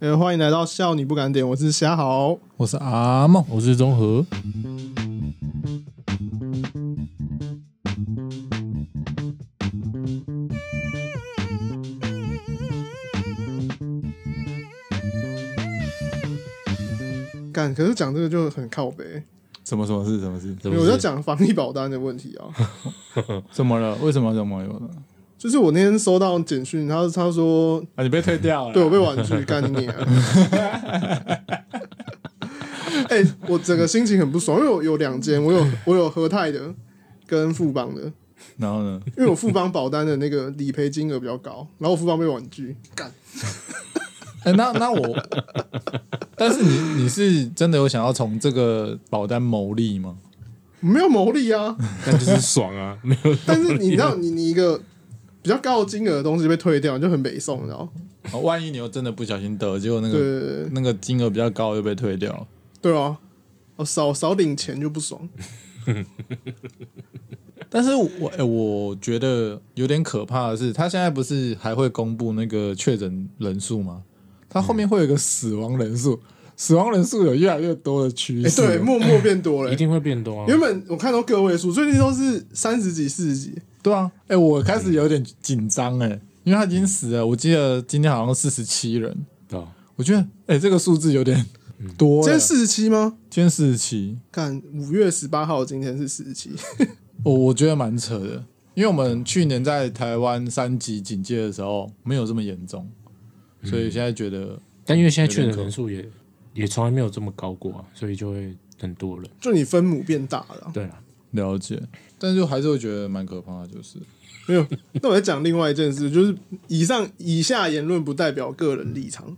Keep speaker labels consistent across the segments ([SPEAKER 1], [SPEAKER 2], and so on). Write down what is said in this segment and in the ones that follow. [SPEAKER 1] 呃，欢迎来到笑你不敢点，我是虾豪。
[SPEAKER 2] 我是阿梦，我是中和。
[SPEAKER 1] 干，可是讲这个就很靠北，
[SPEAKER 2] 什么什么事？什么事？
[SPEAKER 1] 因为我在讲防疫保单的问题啊。
[SPEAKER 2] 怎么了？为什么？怎么有了？
[SPEAKER 1] 就是我那天收到简讯，他他说
[SPEAKER 2] 啊，你被退掉了。
[SPEAKER 1] 对我被婉拒，干你娘！ 哎、我整个心情很不爽，因为我有两间，我有我有和泰的跟富邦的，
[SPEAKER 2] 然后呢？
[SPEAKER 1] 因为我富邦保单的那个理赔金额比较高，然后我富邦被婉拒，干
[SPEAKER 2] 哎、那那我， 但是你你是真的有想要从这个保单牟利吗？
[SPEAKER 1] 没有牟利 啊。
[SPEAKER 3] 那就是爽 啊！没有
[SPEAKER 1] 但是你知道，你你一个比较高的金额的东西被退掉，你就很北宋，你知道吗？
[SPEAKER 2] 哦万一你又真的不小心得，结果那
[SPEAKER 1] 对对
[SPEAKER 2] 个
[SPEAKER 1] 对对
[SPEAKER 2] 那个金额比较高，又被退掉了。
[SPEAKER 1] 对啊，哦少少领钱就不 爽，
[SPEAKER 2] 但是我、哎，我觉得有点可怕的是，他现在不是还会公布那个确诊人数吗？他后面会有一个死亡人数，死亡人数有越来越多的趋
[SPEAKER 1] 哎、
[SPEAKER 2] 势。
[SPEAKER 1] 对，默默变多了、欸
[SPEAKER 3] 一定会变多啊！
[SPEAKER 1] 原本我看到个位数，最近都是三十几、四十几，
[SPEAKER 2] 对啊，哎、我开始有点紧张哎，因为他已经死了，我记得今天好像四十七人，
[SPEAKER 3] 哦
[SPEAKER 2] 我觉得哎、这个数字有点
[SPEAKER 3] 嗯
[SPEAKER 2] 多
[SPEAKER 1] 今
[SPEAKER 2] 了。
[SPEAKER 1] 天四十七吗？
[SPEAKER 2] 今天四十七，
[SPEAKER 1] 看五月十八号，今天是四十七，
[SPEAKER 2] 我我觉得蛮扯的，因为我们去年在台湾三级警戒的时候没有这么严重，所以现在觉得
[SPEAKER 3] 但因为现在确诊人数也也从来没有这么高过啊，所以就会很多人。
[SPEAKER 1] 就你分母变大了啊。
[SPEAKER 3] 对啊，
[SPEAKER 2] 了解，但是还是会觉得蛮可怕的，就是
[SPEAKER 1] 没有，那我在讲另外一件事，就是以上以下言论不代表个人立场。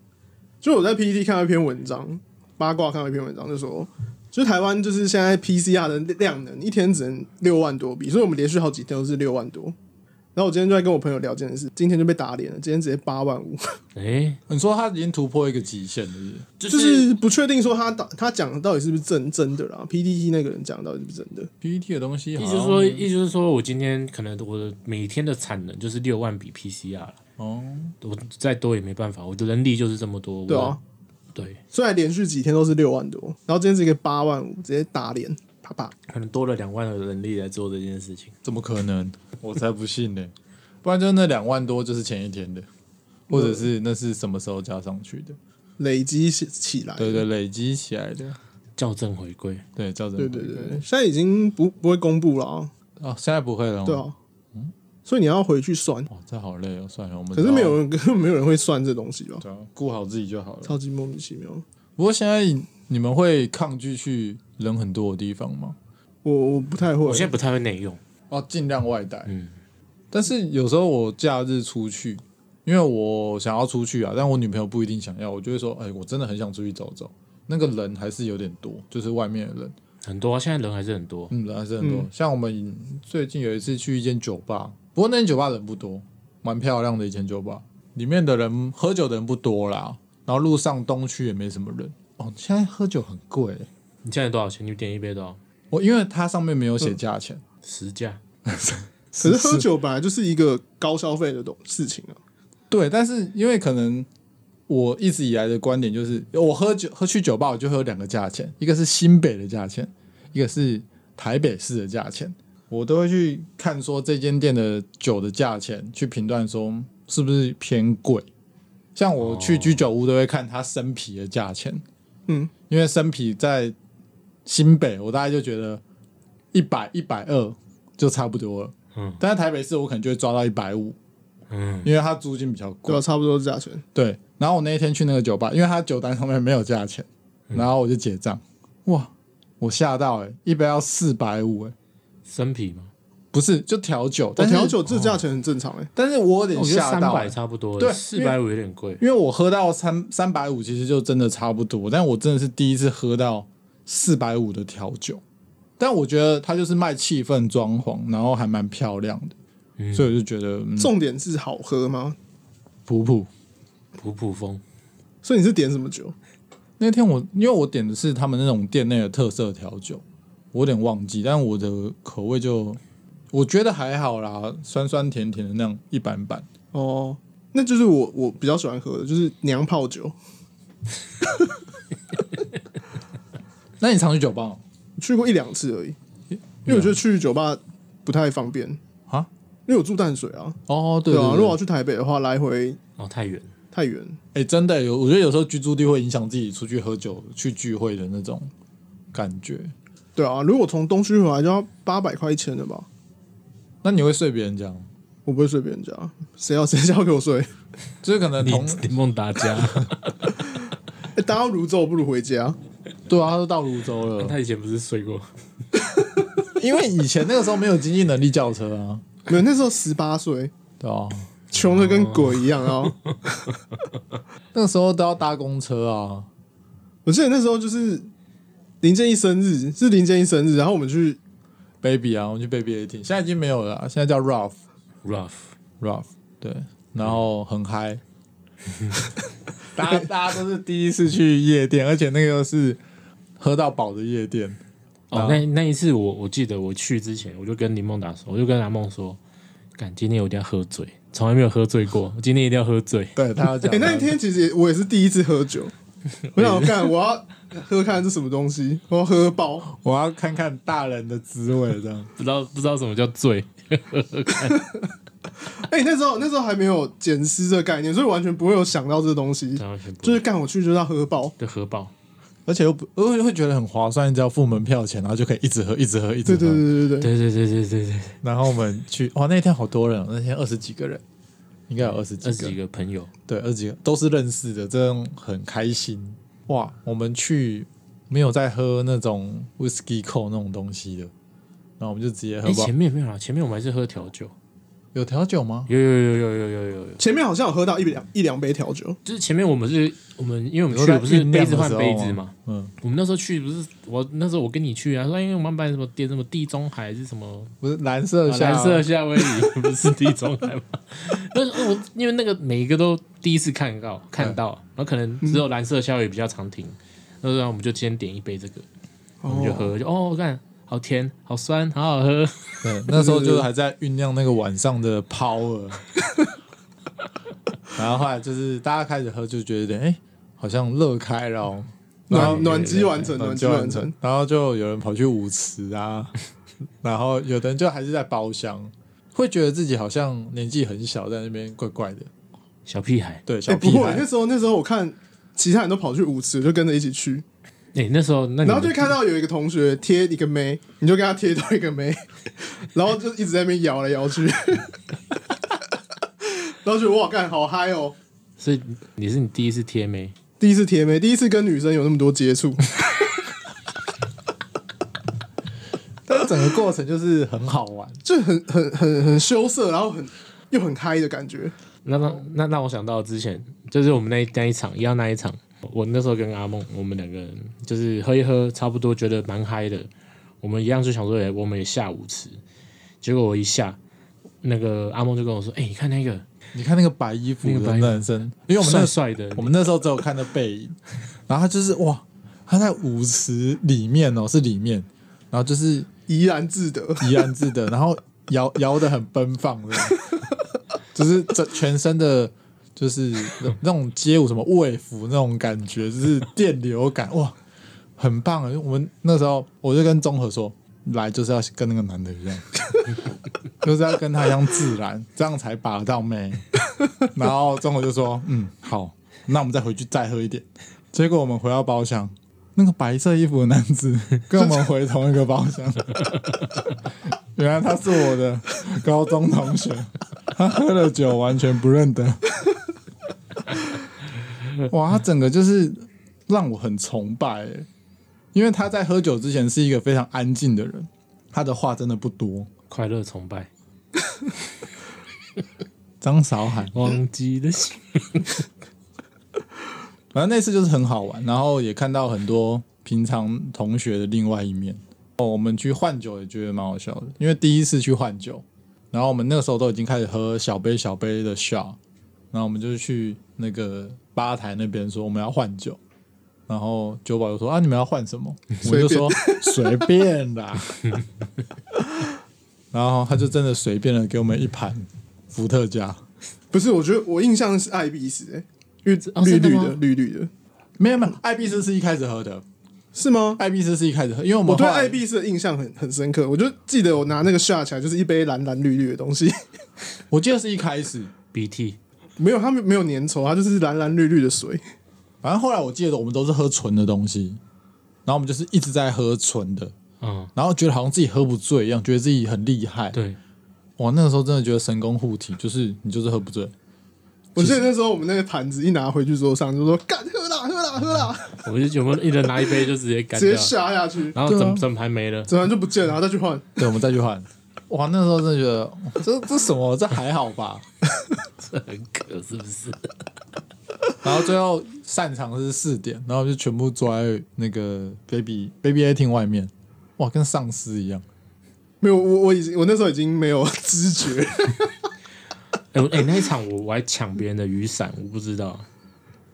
[SPEAKER 1] 就我在 PPT 看到一篇文章，八卦看到一篇文章，就说，就台湾就是现在 PCR 的量能一天只能六万多笔，所以我们连续好几天都是六万多。然后我今天就在跟我朋友聊这件事，今天就被打脸了，今天直接八万五，
[SPEAKER 3] 哎，
[SPEAKER 2] 你说他已经突破一个极限了是不是
[SPEAKER 3] 就
[SPEAKER 1] 就是不确定说他打他讲的到底是不是真真的啦。PPT 那个人讲的到底是不是真的？
[SPEAKER 2] ，PPT 的东西好
[SPEAKER 3] 意
[SPEAKER 2] 像，
[SPEAKER 3] 思是说，意思是说我今天可能我的每天的产能就是六万笔 PCR 了，
[SPEAKER 2] 哦，
[SPEAKER 3] 我再多也没办法，我的人力就是这么多。我
[SPEAKER 1] 对啊，，
[SPEAKER 3] 对，
[SPEAKER 1] 虽然连续几天都是六万多，然后今天是一个八万五，直接打脸，啪啪。
[SPEAKER 3] 可能多了两万的人力来做这件事情。
[SPEAKER 2] 怎么可能？我才不信呢、不然就那两万多就是前一天的，或者是那是什么时候加上去的？
[SPEAKER 1] 累积起起来，
[SPEAKER 2] 对对，累积起来的。
[SPEAKER 3] 校正回归，
[SPEAKER 2] 对，叫
[SPEAKER 1] 对对对，对现在已经不不会公布了啊，
[SPEAKER 2] 哦，现在不会了。
[SPEAKER 1] 对啊，所以你要回去算，
[SPEAKER 2] 哇，这好累哦，算了，我们
[SPEAKER 1] 可是没有人根本 没有人会算这东西吧，
[SPEAKER 2] 对啊，顾好自己就好了。
[SPEAKER 1] 超级莫名其妙。
[SPEAKER 2] 不过现在你们会抗拒去人很多的地方吗？
[SPEAKER 1] 我我不太会
[SPEAKER 3] 我，现在不太会内用。
[SPEAKER 2] 哦，尽量外带。
[SPEAKER 3] 嗯，
[SPEAKER 2] 但是有时候我假日出去，因为我想要出去啊，但我女朋友不一定想要，我就会说，哎，我真的很想出去走走。那个人还是有点多，就是外面的人。
[SPEAKER 3] 很多、啊，现在人还是很多。
[SPEAKER 2] 嗯，人还是很多。像我们最近有一次去一间酒吧，不过那间酒吧人不多，蛮漂亮的一间酒吧，里面的人喝酒的人不多啦。然后路上东区也没什么人。哦，现在喝酒很贵、
[SPEAKER 3] 你现在多少钱？你点一杯多少？
[SPEAKER 2] 我因为它上面没有写价钱，
[SPEAKER 3] 十价。
[SPEAKER 1] 可是喝酒本来就是一个高消费的东事情啊，
[SPEAKER 2] 对，但是因为可能我一直以来的观点就是，我喝酒喝去酒吧，我就会有两个价钱，一个是新北的价钱，一个是台北市的价钱。我都会去看说这间店的酒的价钱，去评断说是不是偏贵。像我
[SPEAKER 3] 哦
[SPEAKER 2] 去居酒屋都会看它生啤的价钱，
[SPEAKER 1] 嗯，
[SPEAKER 2] 因为生啤在新北，我大概就觉得一百一百二就差不多了，
[SPEAKER 3] 嗯，
[SPEAKER 2] 但是台北市我可能就会抓到一百五，
[SPEAKER 3] 嗯，
[SPEAKER 2] 因为它租金比较贵
[SPEAKER 1] 对吧？，差不多是价钱，
[SPEAKER 2] 对，然后我那一天去那个酒吧，因为他酒单上面没有价钱，
[SPEAKER 3] 嗯
[SPEAKER 2] 然后我就结账，哇，我吓到哎、欸，一杯要四百五哎，
[SPEAKER 3] 生啤吗？
[SPEAKER 2] 不是就调
[SPEAKER 3] 哦
[SPEAKER 2] 酒，
[SPEAKER 1] 我
[SPEAKER 2] 但是嗯
[SPEAKER 1] 调，酒这价钱很正常哎，
[SPEAKER 2] 但是我有点
[SPEAKER 3] 我觉得
[SPEAKER 2] 吓
[SPEAKER 3] 三
[SPEAKER 2] 到、
[SPEAKER 3] 百
[SPEAKER 2] 欸，
[SPEAKER 3] 差不多，
[SPEAKER 2] 对
[SPEAKER 3] 四百五有点贵。
[SPEAKER 2] 因为我喝到三三百五其实就真的差不多，但我真的是第一次喝到四百五的调酒，但我觉得它就是卖气氛装潢，然后还蛮漂亮的，
[SPEAKER 3] 嗯
[SPEAKER 2] 所以我就觉得、嗯、
[SPEAKER 1] 重点是好喝吗？
[SPEAKER 2] 普普。
[SPEAKER 3] 普普风，
[SPEAKER 1] 所以你是点什么酒？
[SPEAKER 2] 那天我因为我点的是他们那种店内的特色调酒，我有点忘记，但我的口味就我觉得还好啦，酸酸甜甜的那样一般般。
[SPEAKER 1] 哦，那就是我我比较喜欢喝的，就是娘炮酒，
[SPEAKER 2] 那你常去酒吧哦
[SPEAKER 1] 去过一两次而已，因为我觉得去酒吧不太方便
[SPEAKER 2] 啊，
[SPEAKER 1] 因为我住淡水啊，
[SPEAKER 2] 哦？对
[SPEAKER 1] 对
[SPEAKER 2] 对
[SPEAKER 1] 啊，
[SPEAKER 2] 对
[SPEAKER 1] 如果我要去台北的话，来回
[SPEAKER 3] 哦，太远，
[SPEAKER 1] 太远，
[SPEAKER 2] 哎、真的有，我觉得有时候居住地会影响自己出去喝酒、去聚会的那种感觉。
[SPEAKER 1] 对啊，如果从东区回来就要八百块一千的吧，
[SPEAKER 2] 那你会睡别人家吗？
[SPEAKER 1] 我不会睡别人家，谁要谁要给我睡？
[SPEAKER 2] 就是可能
[SPEAKER 3] 林
[SPEAKER 2] 同
[SPEAKER 3] 林梦达家，
[SPEAKER 1] 欸、大家泸州不如回家，
[SPEAKER 2] 对啊，他都到泸州了，
[SPEAKER 3] 他以前不是睡 过？
[SPEAKER 2] 因为以前那个时候没有经济能力叫车啊，
[SPEAKER 1] 没有那时候十八岁，
[SPEAKER 2] 对啊，
[SPEAKER 1] 穷的跟鬼一样啊！
[SPEAKER 2] 那个时候都要搭公车啊，
[SPEAKER 1] 我记得那时候就是林建一生日，是林建一生日，然后我们去
[SPEAKER 2] baby 啊，我们去 baby a 现在已经没有了啊、现在叫 Ralph
[SPEAKER 3] rough，
[SPEAKER 2] Ralph，对，然后很嗨， 大家大家都是第一次去夜店，而且那个是喝到饱的夜店，
[SPEAKER 3] 哦，那那一次我我记得我去之前，我就跟林梦达说，我就跟阿梦说，干，今天我一定要喝醉，从来没有喝醉过，我今天一定要喝醉。
[SPEAKER 2] 对他要讲
[SPEAKER 1] 哎、那一天其实也我也是第一次喝酒，我想干我要喝看这什么东西，我要喝爆，
[SPEAKER 2] 我要看看大人的滋味，这样
[SPEAKER 3] 不知道不知道什么叫醉，
[SPEAKER 1] 哎、那时候那时候还没有捡尸这个概念，所以完全不会有想到这个东西，
[SPEAKER 3] 然后全部
[SPEAKER 1] 就是干我去就是要喝爆，
[SPEAKER 3] 就喝爆。
[SPEAKER 2] 而且又不又会觉得很划算，只要付门票钱，然后就可以一直喝，一直喝，一直
[SPEAKER 1] 对
[SPEAKER 2] 喝。
[SPEAKER 1] 对对对对，
[SPEAKER 3] 对对对对对对，
[SPEAKER 2] 然后我们去，哇，那天好多人哦，那天二十几个人，应该有二十几
[SPEAKER 3] 二
[SPEAKER 2] 个，
[SPEAKER 3] 十几个朋友，
[SPEAKER 2] 对，二十几个都是认识的，这种很开心。哇，我们去没有在喝那种 whisky c o 那种东西的，然后我们就直接喝
[SPEAKER 3] 哎，
[SPEAKER 2] 吧。
[SPEAKER 3] 前面没有啊，前面我们还是喝调酒，
[SPEAKER 2] 有调酒吗？
[SPEAKER 3] 有有有有有有有有，
[SPEAKER 1] 前面好像有喝到一两一两杯调酒，
[SPEAKER 3] 就是前面我们是，我们因为我们
[SPEAKER 2] 你说
[SPEAKER 3] 去
[SPEAKER 2] 在
[SPEAKER 3] 的不是
[SPEAKER 2] 酝酿
[SPEAKER 3] 杯子
[SPEAKER 2] 的
[SPEAKER 3] 换
[SPEAKER 2] 时候
[SPEAKER 3] 杯子
[SPEAKER 2] 吗
[SPEAKER 3] 嘛，
[SPEAKER 2] 嗯，
[SPEAKER 3] 我们那时候去不是我那时候我跟你去啊，说因为我们办什么店，什么地中海还是什么
[SPEAKER 2] 不是蓝色
[SPEAKER 3] 啊
[SPEAKER 2] 下、
[SPEAKER 3] 蓝色夏威夷， 不是地中海吗？ 那时候我因为那个每一个都第一次看到看到，
[SPEAKER 1] 嗯
[SPEAKER 3] 然后可能只有蓝色夏威夷比较常听，那时候我们就先点一杯这个，我们就喝，就哦看好甜好酸好好喝，
[SPEAKER 2] 对，那时候就是还在酝酿那个晚上的 power，然后后来就是大家开始喝，就觉得哎、诶好像乐开了、哦，
[SPEAKER 1] 暖暖机完成，哎暖机
[SPEAKER 2] 嗯就
[SPEAKER 1] 完成，，
[SPEAKER 2] 然后就有人跑去舞池啊，然后有的人就还是在包厢，会觉得自己好像年纪很小，在那边怪怪的，
[SPEAKER 3] 小屁孩。
[SPEAKER 2] 对，
[SPEAKER 1] 哎、
[SPEAKER 2] 小
[SPEAKER 1] 不
[SPEAKER 2] 屁
[SPEAKER 1] 过
[SPEAKER 2] 孩
[SPEAKER 1] 那，时候那时候我看其他人都跑去舞池，我就跟着一起去。
[SPEAKER 3] 哎、那时候那
[SPEAKER 1] 然
[SPEAKER 3] 你们
[SPEAKER 1] 后就看到有一个同学贴一个妹，你就跟他贴到一个 妹，然后就一直在那边摇来摇去， 然后就哇，干好嗨哦！
[SPEAKER 3] 所以你是你第一次贴没？
[SPEAKER 1] 第一次贴妹，第一次跟女生有那么多接触，
[SPEAKER 2] 但是整个过程就是很好玩，
[SPEAKER 1] 就很很很很羞涩，然后很又很嗨的感觉。
[SPEAKER 3] 那让那让我想到之前，就是我们那一那一场一样那一场，我那时候跟阿梦，我们两个人就是喝一喝，差不多觉得蛮嗨的，我们一样就想说，哎，我们也下舞池，结果我一下，那个阿梦就跟我说，哎，你看那个
[SPEAKER 2] 你看那个白衣服
[SPEAKER 3] 那个白
[SPEAKER 2] 的
[SPEAKER 3] 衣服
[SPEAKER 2] 男生，因为我们那
[SPEAKER 3] 帅
[SPEAKER 2] 个
[SPEAKER 3] 帅的，
[SPEAKER 2] 我们那时候只有看到背影，然后他就是哇，他在舞池里面哦，是里面，然后就是
[SPEAKER 1] 怡然自得，
[SPEAKER 2] 怡然自得，然后摇摇的很奔放的， 就是整全身的，就是那那种街舞什么卫服那种感觉，就是电流感，哇，很棒啊！我们那时候我就跟综合说，来就是要跟那个男的一样， 就是要跟他一样自然，这样才把得到妹。然后综合就说，嗯，好，那我们再回去再喝一点。结果我们回到包厢。那个白色衣服的男子跟我们回同一个包厢，原来他是我的高中同学，他喝了酒完全不认得。哇，他整个就是让我很崇拜欸，因为他在喝酒之前是一个非常安静的人，他的话真的不多。
[SPEAKER 3] 快乐崇拜，
[SPEAKER 2] 张韶涵，
[SPEAKER 3] 忘记了 心，
[SPEAKER 2] 反正那次就是很好玩，然后也看到很多平常同学的另外一面。哦，我们去换酒也觉得蛮好笑的，因为第一次去换酒，然后我们那个时候都已经开始喝小杯小杯的 shot，然后我们就去那个吧台那边说我们要换酒，然后酒保就说啊你们要换什么？我们就说随便啦， 然后他就真的随便的给我们一盘伏特加，
[SPEAKER 1] 不是？我觉得我印象是艾比斯、欸，因为
[SPEAKER 3] 哦
[SPEAKER 1] 绿
[SPEAKER 3] 真的
[SPEAKER 1] 绿
[SPEAKER 3] 吗
[SPEAKER 1] 的，绿绿的。
[SPEAKER 2] 没有没有，艾必斯是一开始喝的，
[SPEAKER 1] 是吗？
[SPEAKER 2] 艾必斯是一开始喝，因为我们
[SPEAKER 1] 我对
[SPEAKER 2] 后来
[SPEAKER 1] 艾必斯的印象很很深刻，我就记得我拿那个下起来就是一杯蓝蓝绿绿的东西，
[SPEAKER 2] 我记得是一开始，
[SPEAKER 3] 鼻涕，
[SPEAKER 1] 没有它没有粘稠，它就是蓝蓝绿绿的水。
[SPEAKER 2] 反正后来我记得我们都是喝纯的东西，然后我们就是一直在喝纯的，
[SPEAKER 3] 嗯，
[SPEAKER 2] 然后觉得好像自己喝不醉一样，觉得自己很厉害。
[SPEAKER 3] 对，
[SPEAKER 2] 哇，那个时候真的觉得神功护体，就是你就是喝不醉。
[SPEAKER 1] 我记得那时候我们那个盘子一拿回去桌上就说干喝啦喝啦喝 啦，
[SPEAKER 3] 我就有没有一人拿一杯就直接干
[SPEAKER 1] 直
[SPEAKER 3] 掉
[SPEAKER 1] 接，下下去，
[SPEAKER 3] 然后
[SPEAKER 2] 对啊
[SPEAKER 3] 整整盘没了。
[SPEAKER 1] 整完就不见了，然后再去换。
[SPEAKER 2] 对，我们再去换。哇，那时候真的觉得哇这这什么？这还好吧。
[SPEAKER 3] 很渴是不是？
[SPEAKER 2] 然后最后散场是四点，然后就全部坐在那个 baby baby A 厅外面，哇，跟丧尸一样。
[SPEAKER 1] 没有，我我已经我那时候已经没有 知觉，
[SPEAKER 3] 哎、我哎、那一场我我还抢别人的雨伞，我不知道，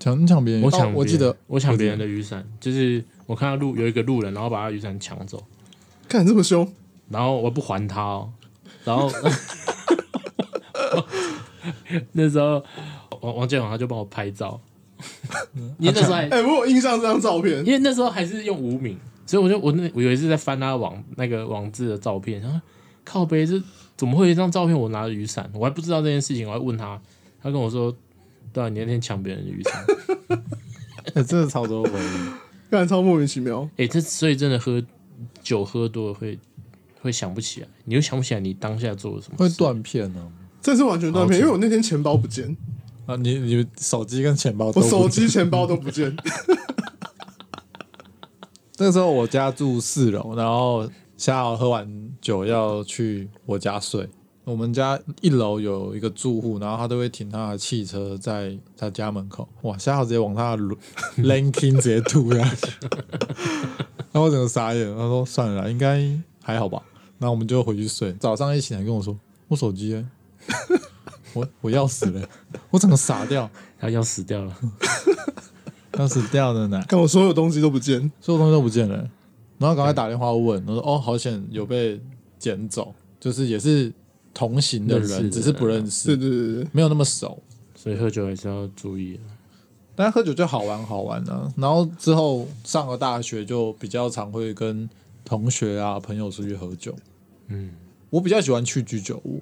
[SPEAKER 2] 抢抢别人，
[SPEAKER 3] 我抢、
[SPEAKER 2] 哦我记得
[SPEAKER 3] 我抢别人的雨伞，就是我看到路有一个路人，然后把他雨伞抢走，
[SPEAKER 1] 看这么凶，
[SPEAKER 3] 然后我不还他、哦，然后 那时候王王建勇他就帮我拍照，因为那时候还
[SPEAKER 1] 哎、我有印象这张照片，
[SPEAKER 3] 因为那时候还是用无名，所以我就我那我有一次在翻他网那个网志的照片，然后靠背这怎么会有一张照片我拿着雨伞，我还不知道这件事情，我还问他，他跟我说，对啊，你那天抢别人的雨伞，
[SPEAKER 2] 哎真的超多 回忆。
[SPEAKER 1] 看超莫名其妙。
[SPEAKER 3] 哎、这所以真的喝酒喝多了会会想不起来，你又想不起来你当下做了什么
[SPEAKER 2] 会
[SPEAKER 3] 事，
[SPEAKER 2] 断片哦呢、
[SPEAKER 1] 这是完全断片，
[SPEAKER 3] 好
[SPEAKER 1] 因为我那天钱包不见，
[SPEAKER 2] 啊？啊，你你手机跟钱包都
[SPEAKER 1] 我
[SPEAKER 2] 不
[SPEAKER 1] 手机、钱包都不见。
[SPEAKER 2] 那时候我家住四楼，然后下午喝完酒要去我家睡。我们家一楼有一个住户，然后他都会停他的汽车在他家门口。哇，下午直接往他的 lanking 直接吐下去，然后我整个傻眼。他说算了啦，应该还好吧。然后我们就回去睡。早上一起来跟我说，我手机、欸，我我钥匙嘞，我整个傻掉，
[SPEAKER 3] 他要死掉
[SPEAKER 2] 嗯
[SPEAKER 3] 了，
[SPEAKER 2] 钥匙掉了呢。
[SPEAKER 1] 看我所有东西都不见，
[SPEAKER 2] 所有东西都不见了、然后赶快打电话问，我说哦，好险有被捡走，就是也是同行的
[SPEAKER 3] 认识的
[SPEAKER 2] 人，啊
[SPEAKER 3] 人
[SPEAKER 2] 只是不认
[SPEAKER 1] 对
[SPEAKER 2] 识，
[SPEAKER 1] 对对对，
[SPEAKER 2] 没有那么熟。
[SPEAKER 3] 所以喝酒还是要注意啊。
[SPEAKER 2] 但喝酒就好玩好玩啊。然后之后上了大学，就比较常会跟同学啊朋友出去喝酒。
[SPEAKER 3] 嗯，
[SPEAKER 2] 我比较喜欢去居酒屋，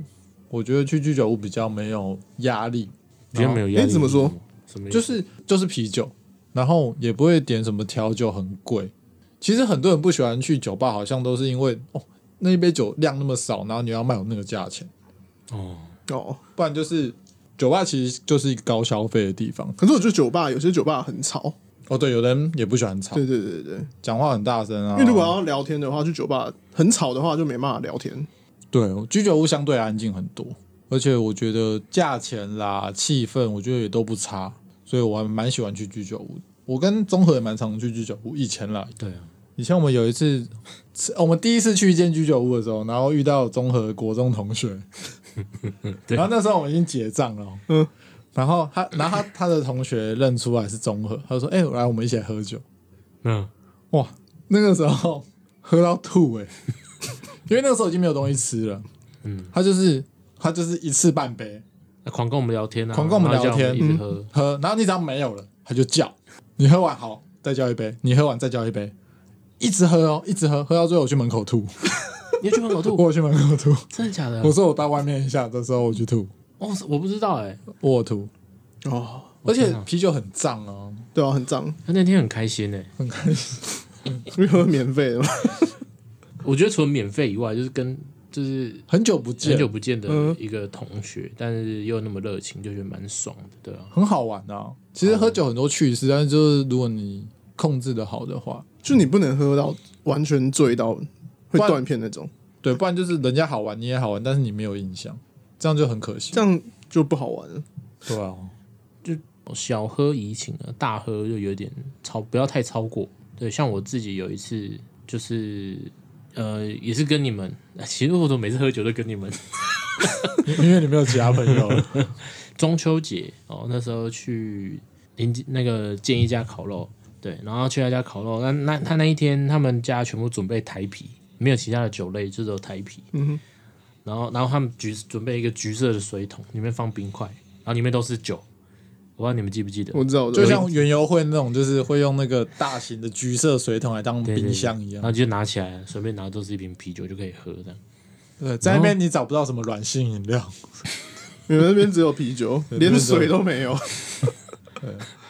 [SPEAKER 2] 我觉得去居酒屋比较没有压力，
[SPEAKER 3] 比较没有压力。
[SPEAKER 1] 哎怎么说？
[SPEAKER 3] 什么意思？
[SPEAKER 2] 就是就是啤酒，然后也不会点什么调酒很贵。其实很多人不喜欢去酒吧，好像都是因为哦那一杯酒量那么少，然后你要卖我那个价钱，
[SPEAKER 3] 哦，
[SPEAKER 1] 哦。
[SPEAKER 2] 不然就是酒吧其实就是一个高消费的地方。
[SPEAKER 1] 可是我觉得酒吧有些酒吧很吵，
[SPEAKER 2] 哦，对，有的人也不喜欢吵
[SPEAKER 1] 对，对对对对，
[SPEAKER 2] 讲话很大声啊。
[SPEAKER 1] 因为如果要聊天的话，去酒吧很吵的话就没办法聊天。
[SPEAKER 2] 对居酒屋相对安静很多，而且我觉得价钱啦、气氛，我觉得也都不差，所以我还蛮喜欢去居酒屋的。我跟综合也蛮常去居酒屋，以前啦，
[SPEAKER 3] 对啊，
[SPEAKER 2] 以前我们有一次，吃哦我们第一次去一间居酒屋的时候，然后遇到综合国中同 学，
[SPEAKER 3] 对
[SPEAKER 2] 然后那时候我们已经结账了，嗯，然后他，然后他他的同学认出来是综合，他就说：“哎、来，我们一起来喝酒。
[SPEAKER 3] 嗯，”
[SPEAKER 2] 哇，那个时候喝到吐哎、 因为那个时候已经没有东西吃了，嗯，他就是他就是一次半杯
[SPEAKER 3] 那狂跟我们聊天啊，
[SPEAKER 2] 狂跟我们
[SPEAKER 3] 然后
[SPEAKER 2] 聊
[SPEAKER 3] 叫
[SPEAKER 2] 天嗯
[SPEAKER 3] 一直喝，
[SPEAKER 2] 喝，然后那张没有了，他就叫你喝完好再叫一杯，你喝完再叫一杯，一直喝哦，一直喝，喝到最后我去门口吐。
[SPEAKER 3] 你有去门口吐？
[SPEAKER 2] 我有去门口吐。
[SPEAKER 3] 真的假的？
[SPEAKER 2] 我
[SPEAKER 3] 我
[SPEAKER 2] 说我到外面一下的时候我去吐，
[SPEAKER 3] 我我不知道哎、
[SPEAKER 2] 我有吐，
[SPEAKER 1] 哦，
[SPEAKER 2] 而且
[SPEAKER 3] 天啊
[SPEAKER 2] 啤酒很胀哦，
[SPEAKER 1] 对啊，很脏，
[SPEAKER 3] 他那天很开心哎、
[SPEAKER 2] 很开心。
[SPEAKER 1] 因为喝免费的嘛。
[SPEAKER 3] 我觉得除了免费以外，就是跟就是
[SPEAKER 2] 很久不见，
[SPEAKER 3] 很久不见
[SPEAKER 2] 嗯
[SPEAKER 3] 的一个同学，但是又那么热情，就觉得蛮爽的，对啊。
[SPEAKER 2] 很好玩啊。其实喝酒很多趣事，但是就是如果你控制的好的话，
[SPEAKER 1] 就你不能喝到完全醉到会
[SPEAKER 2] 不然
[SPEAKER 1] 断片那种，
[SPEAKER 2] 对，不然就是人家好玩你也好玩，但是你没有印象，这样就很可惜
[SPEAKER 1] 这。样就不好玩了。
[SPEAKER 2] 对啊，
[SPEAKER 3] 哦小喝怡情啊，大喝就有点超，不要太超过。对，像我自己有一次就是。呃，也是跟你们，其实我都每次喝酒都跟你们，
[SPEAKER 2] 因为你没有其他朋 友了。
[SPEAKER 3] 中秋节哦，那时候去邻居那个建一家烤肉，对，然后去他家烤肉，那那他那一天他们家全部准备台啤，没有其他的酒类，就只有台啤。嗯然后然后他们橘准备一个橘色的水桶，里面放冰块，然后里面都是酒，我不知道你们记不记得，
[SPEAKER 1] 我知道，我知
[SPEAKER 2] 就
[SPEAKER 1] 道
[SPEAKER 2] 像园游会那种，就是会用那个大型的橘色水桶来当
[SPEAKER 3] 对对对
[SPEAKER 2] 冰箱一
[SPEAKER 3] 然
[SPEAKER 2] 样。
[SPEAKER 3] 后就拿起来随便拿都是一瓶啤酒就可以喝这样。
[SPEAKER 2] 对，在那边你找不到什么软性饮料，
[SPEAKER 1] 你们那边只有啤酒，
[SPEAKER 2] 对
[SPEAKER 1] 连
[SPEAKER 2] 那边只有
[SPEAKER 1] 水都没有。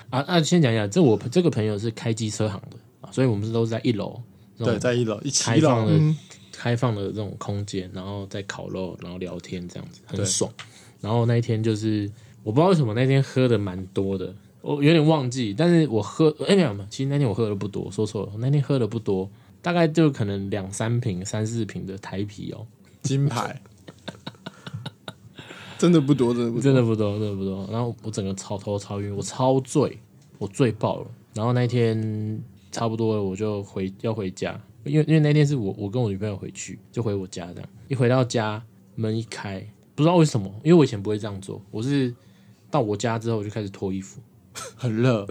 [SPEAKER 3] 啊啊，先讲一下，这我这个朋友是开机车行的，啊所以我们是都是在一楼，这种
[SPEAKER 2] 对，在一楼，一嗯
[SPEAKER 3] 开
[SPEAKER 2] 七
[SPEAKER 3] 放
[SPEAKER 2] 楼
[SPEAKER 3] 的、开放的这种空间，然后再烤肉，然后聊天这样子，很
[SPEAKER 2] 对
[SPEAKER 3] 爽。然后那一天就是我不知道为什么那天喝的蛮多的，我有点忘记，但是我喝哎没有没有，其实那天我喝的不多，说错了，我那天喝的不多，大概就可能两三瓶、三四瓶的台啤哦，
[SPEAKER 2] 金牌，
[SPEAKER 1] 真的不多，真的不多。
[SPEAKER 3] 真的不多，真的不多。然后我整个超头超晕，我超醉，我醉爆了。然后那天差不多了，我就回要回家，因为因为那天是我我跟我女朋友回去，就回我家这样。一回到家，门一开，不知道为什么，因为我以前不会这样做，我是到我家之后我就开始脱衣服，
[SPEAKER 2] 很热，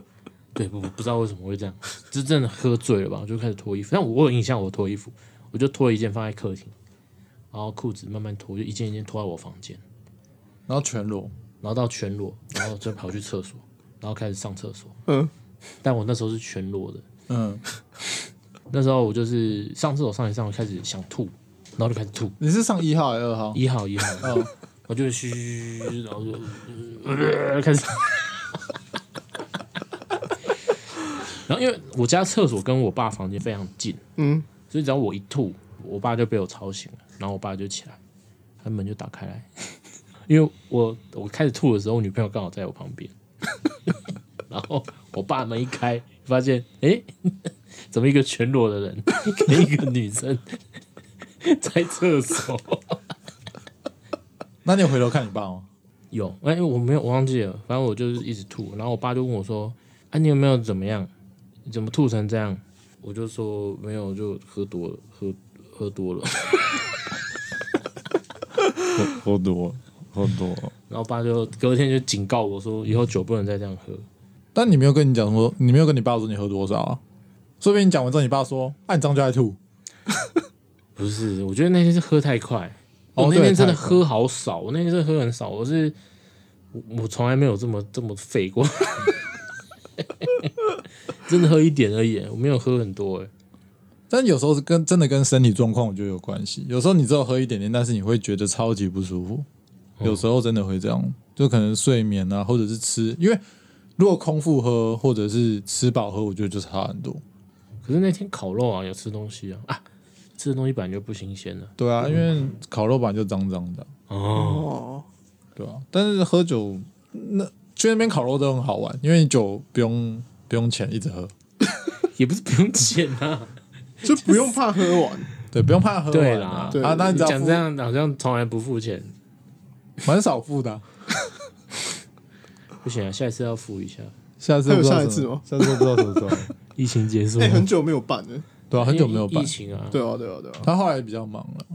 [SPEAKER 3] 对，不不知道为什么会这样，就真的喝醉了吧，我就开始脱衣服。但我有印象，我脱衣服，我就脱了一件放在客厅，然后裤子慢慢脱，就一件一件脱到我房间。
[SPEAKER 2] 然后全裸，
[SPEAKER 3] 然后到全裸，然后就跑去厕所，然后开始上厕所。
[SPEAKER 1] 嗯，
[SPEAKER 3] 但我那时候是全裸的，
[SPEAKER 2] 嗯，
[SPEAKER 3] 那时候我就是上厕所上一上，我开始想吐，然后就开始吐，
[SPEAKER 2] 你是上一号还是二号？
[SPEAKER 3] 一号一号，
[SPEAKER 2] 哦
[SPEAKER 3] 我就嘘嘘，嘘然后就、呃开始。 然后因为我家厕所跟我爸房间非常近，
[SPEAKER 1] 嗯，
[SPEAKER 3] 所以只要我一吐，我爸就被我吵醒了，然后我爸就起来，他门就打开来， 因为我我开始吐的时候，我女朋友刚好在我旁边， 然后我爸门一开，发现诶， 怎么一个全裸的人 跟一个女生 在厕所？
[SPEAKER 2] 那你有回头看你爸吗？
[SPEAKER 3] 有，哎、我没有，我忘记了，反正我就是一直吐，然后我爸就问我说：“啊，你有没有怎么样？你怎么吐成这样？”我就说没有，就喝多了，喝喝多了。
[SPEAKER 2] 喝多，喝多。
[SPEAKER 3] 然后爸就隔天就警告我说，以后酒不能再这样喝。
[SPEAKER 2] 但你没有跟你讲说，你没有跟你爸说你喝多少啊？说不定你讲完之后，你爸说：“啊，你这样就爱吐。
[SPEAKER 3] 不是，我觉得那天是喝太快，
[SPEAKER 2] 哦
[SPEAKER 3] 我那
[SPEAKER 2] 对
[SPEAKER 3] 天真的
[SPEAKER 2] 太快
[SPEAKER 3] 喝好少，我那天真的喝很少，我是我我从来没有这么这么废过， 真的喝一点而已，我没有喝很多哎。”
[SPEAKER 2] 但有时候是跟真的跟身体状况我觉得有关系。有时候你只有喝一点点，但是你会觉得超级不舒服。有时候真的会这样，就可能睡眠啊，或者是吃，因为如果空腹喝或者是吃饱喝，我觉得就差很多。
[SPEAKER 3] 可是那天烤肉啊，有吃东西啊啊，吃的东西本来就不新鲜了
[SPEAKER 2] 对啊，因为烤肉本来就脏脏的，
[SPEAKER 3] 哦，
[SPEAKER 1] 哦，
[SPEAKER 2] 对啊。但是喝酒，那去那边烤肉都很好玩，因为你酒不用不用钱，一直喝，
[SPEAKER 3] 也不是不用钱啊。
[SPEAKER 1] 就不用怕喝完。
[SPEAKER 2] 对，不用怕喝
[SPEAKER 3] 对
[SPEAKER 2] 完
[SPEAKER 3] 啦
[SPEAKER 2] 啊。
[SPEAKER 1] 对
[SPEAKER 2] 啊，那你
[SPEAKER 3] 你
[SPEAKER 2] 只要
[SPEAKER 3] 讲
[SPEAKER 2] 付
[SPEAKER 3] 这样好像从来不付钱，
[SPEAKER 2] 蛮少付的啊、
[SPEAKER 3] 不行啊，下一次要付一下。
[SPEAKER 2] 下次哦不知道
[SPEAKER 1] 还有下一
[SPEAKER 2] 什么
[SPEAKER 1] 次吗
[SPEAKER 2] 下次不知道什么时候。
[SPEAKER 3] 疫情结束
[SPEAKER 1] 哎，
[SPEAKER 3] 后
[SPEAKER 1] 很久没有办了。
[SPEAKER 2] 对啊，很久没有
[SPEAKER 3] 因为
[SPEAKER 2] 办
[SPEAKER 3] 疫。情啊，
[SPEAKER 1] 对啊，对啊，对啊。
[SPEAKER 2] 他后来比较忙了，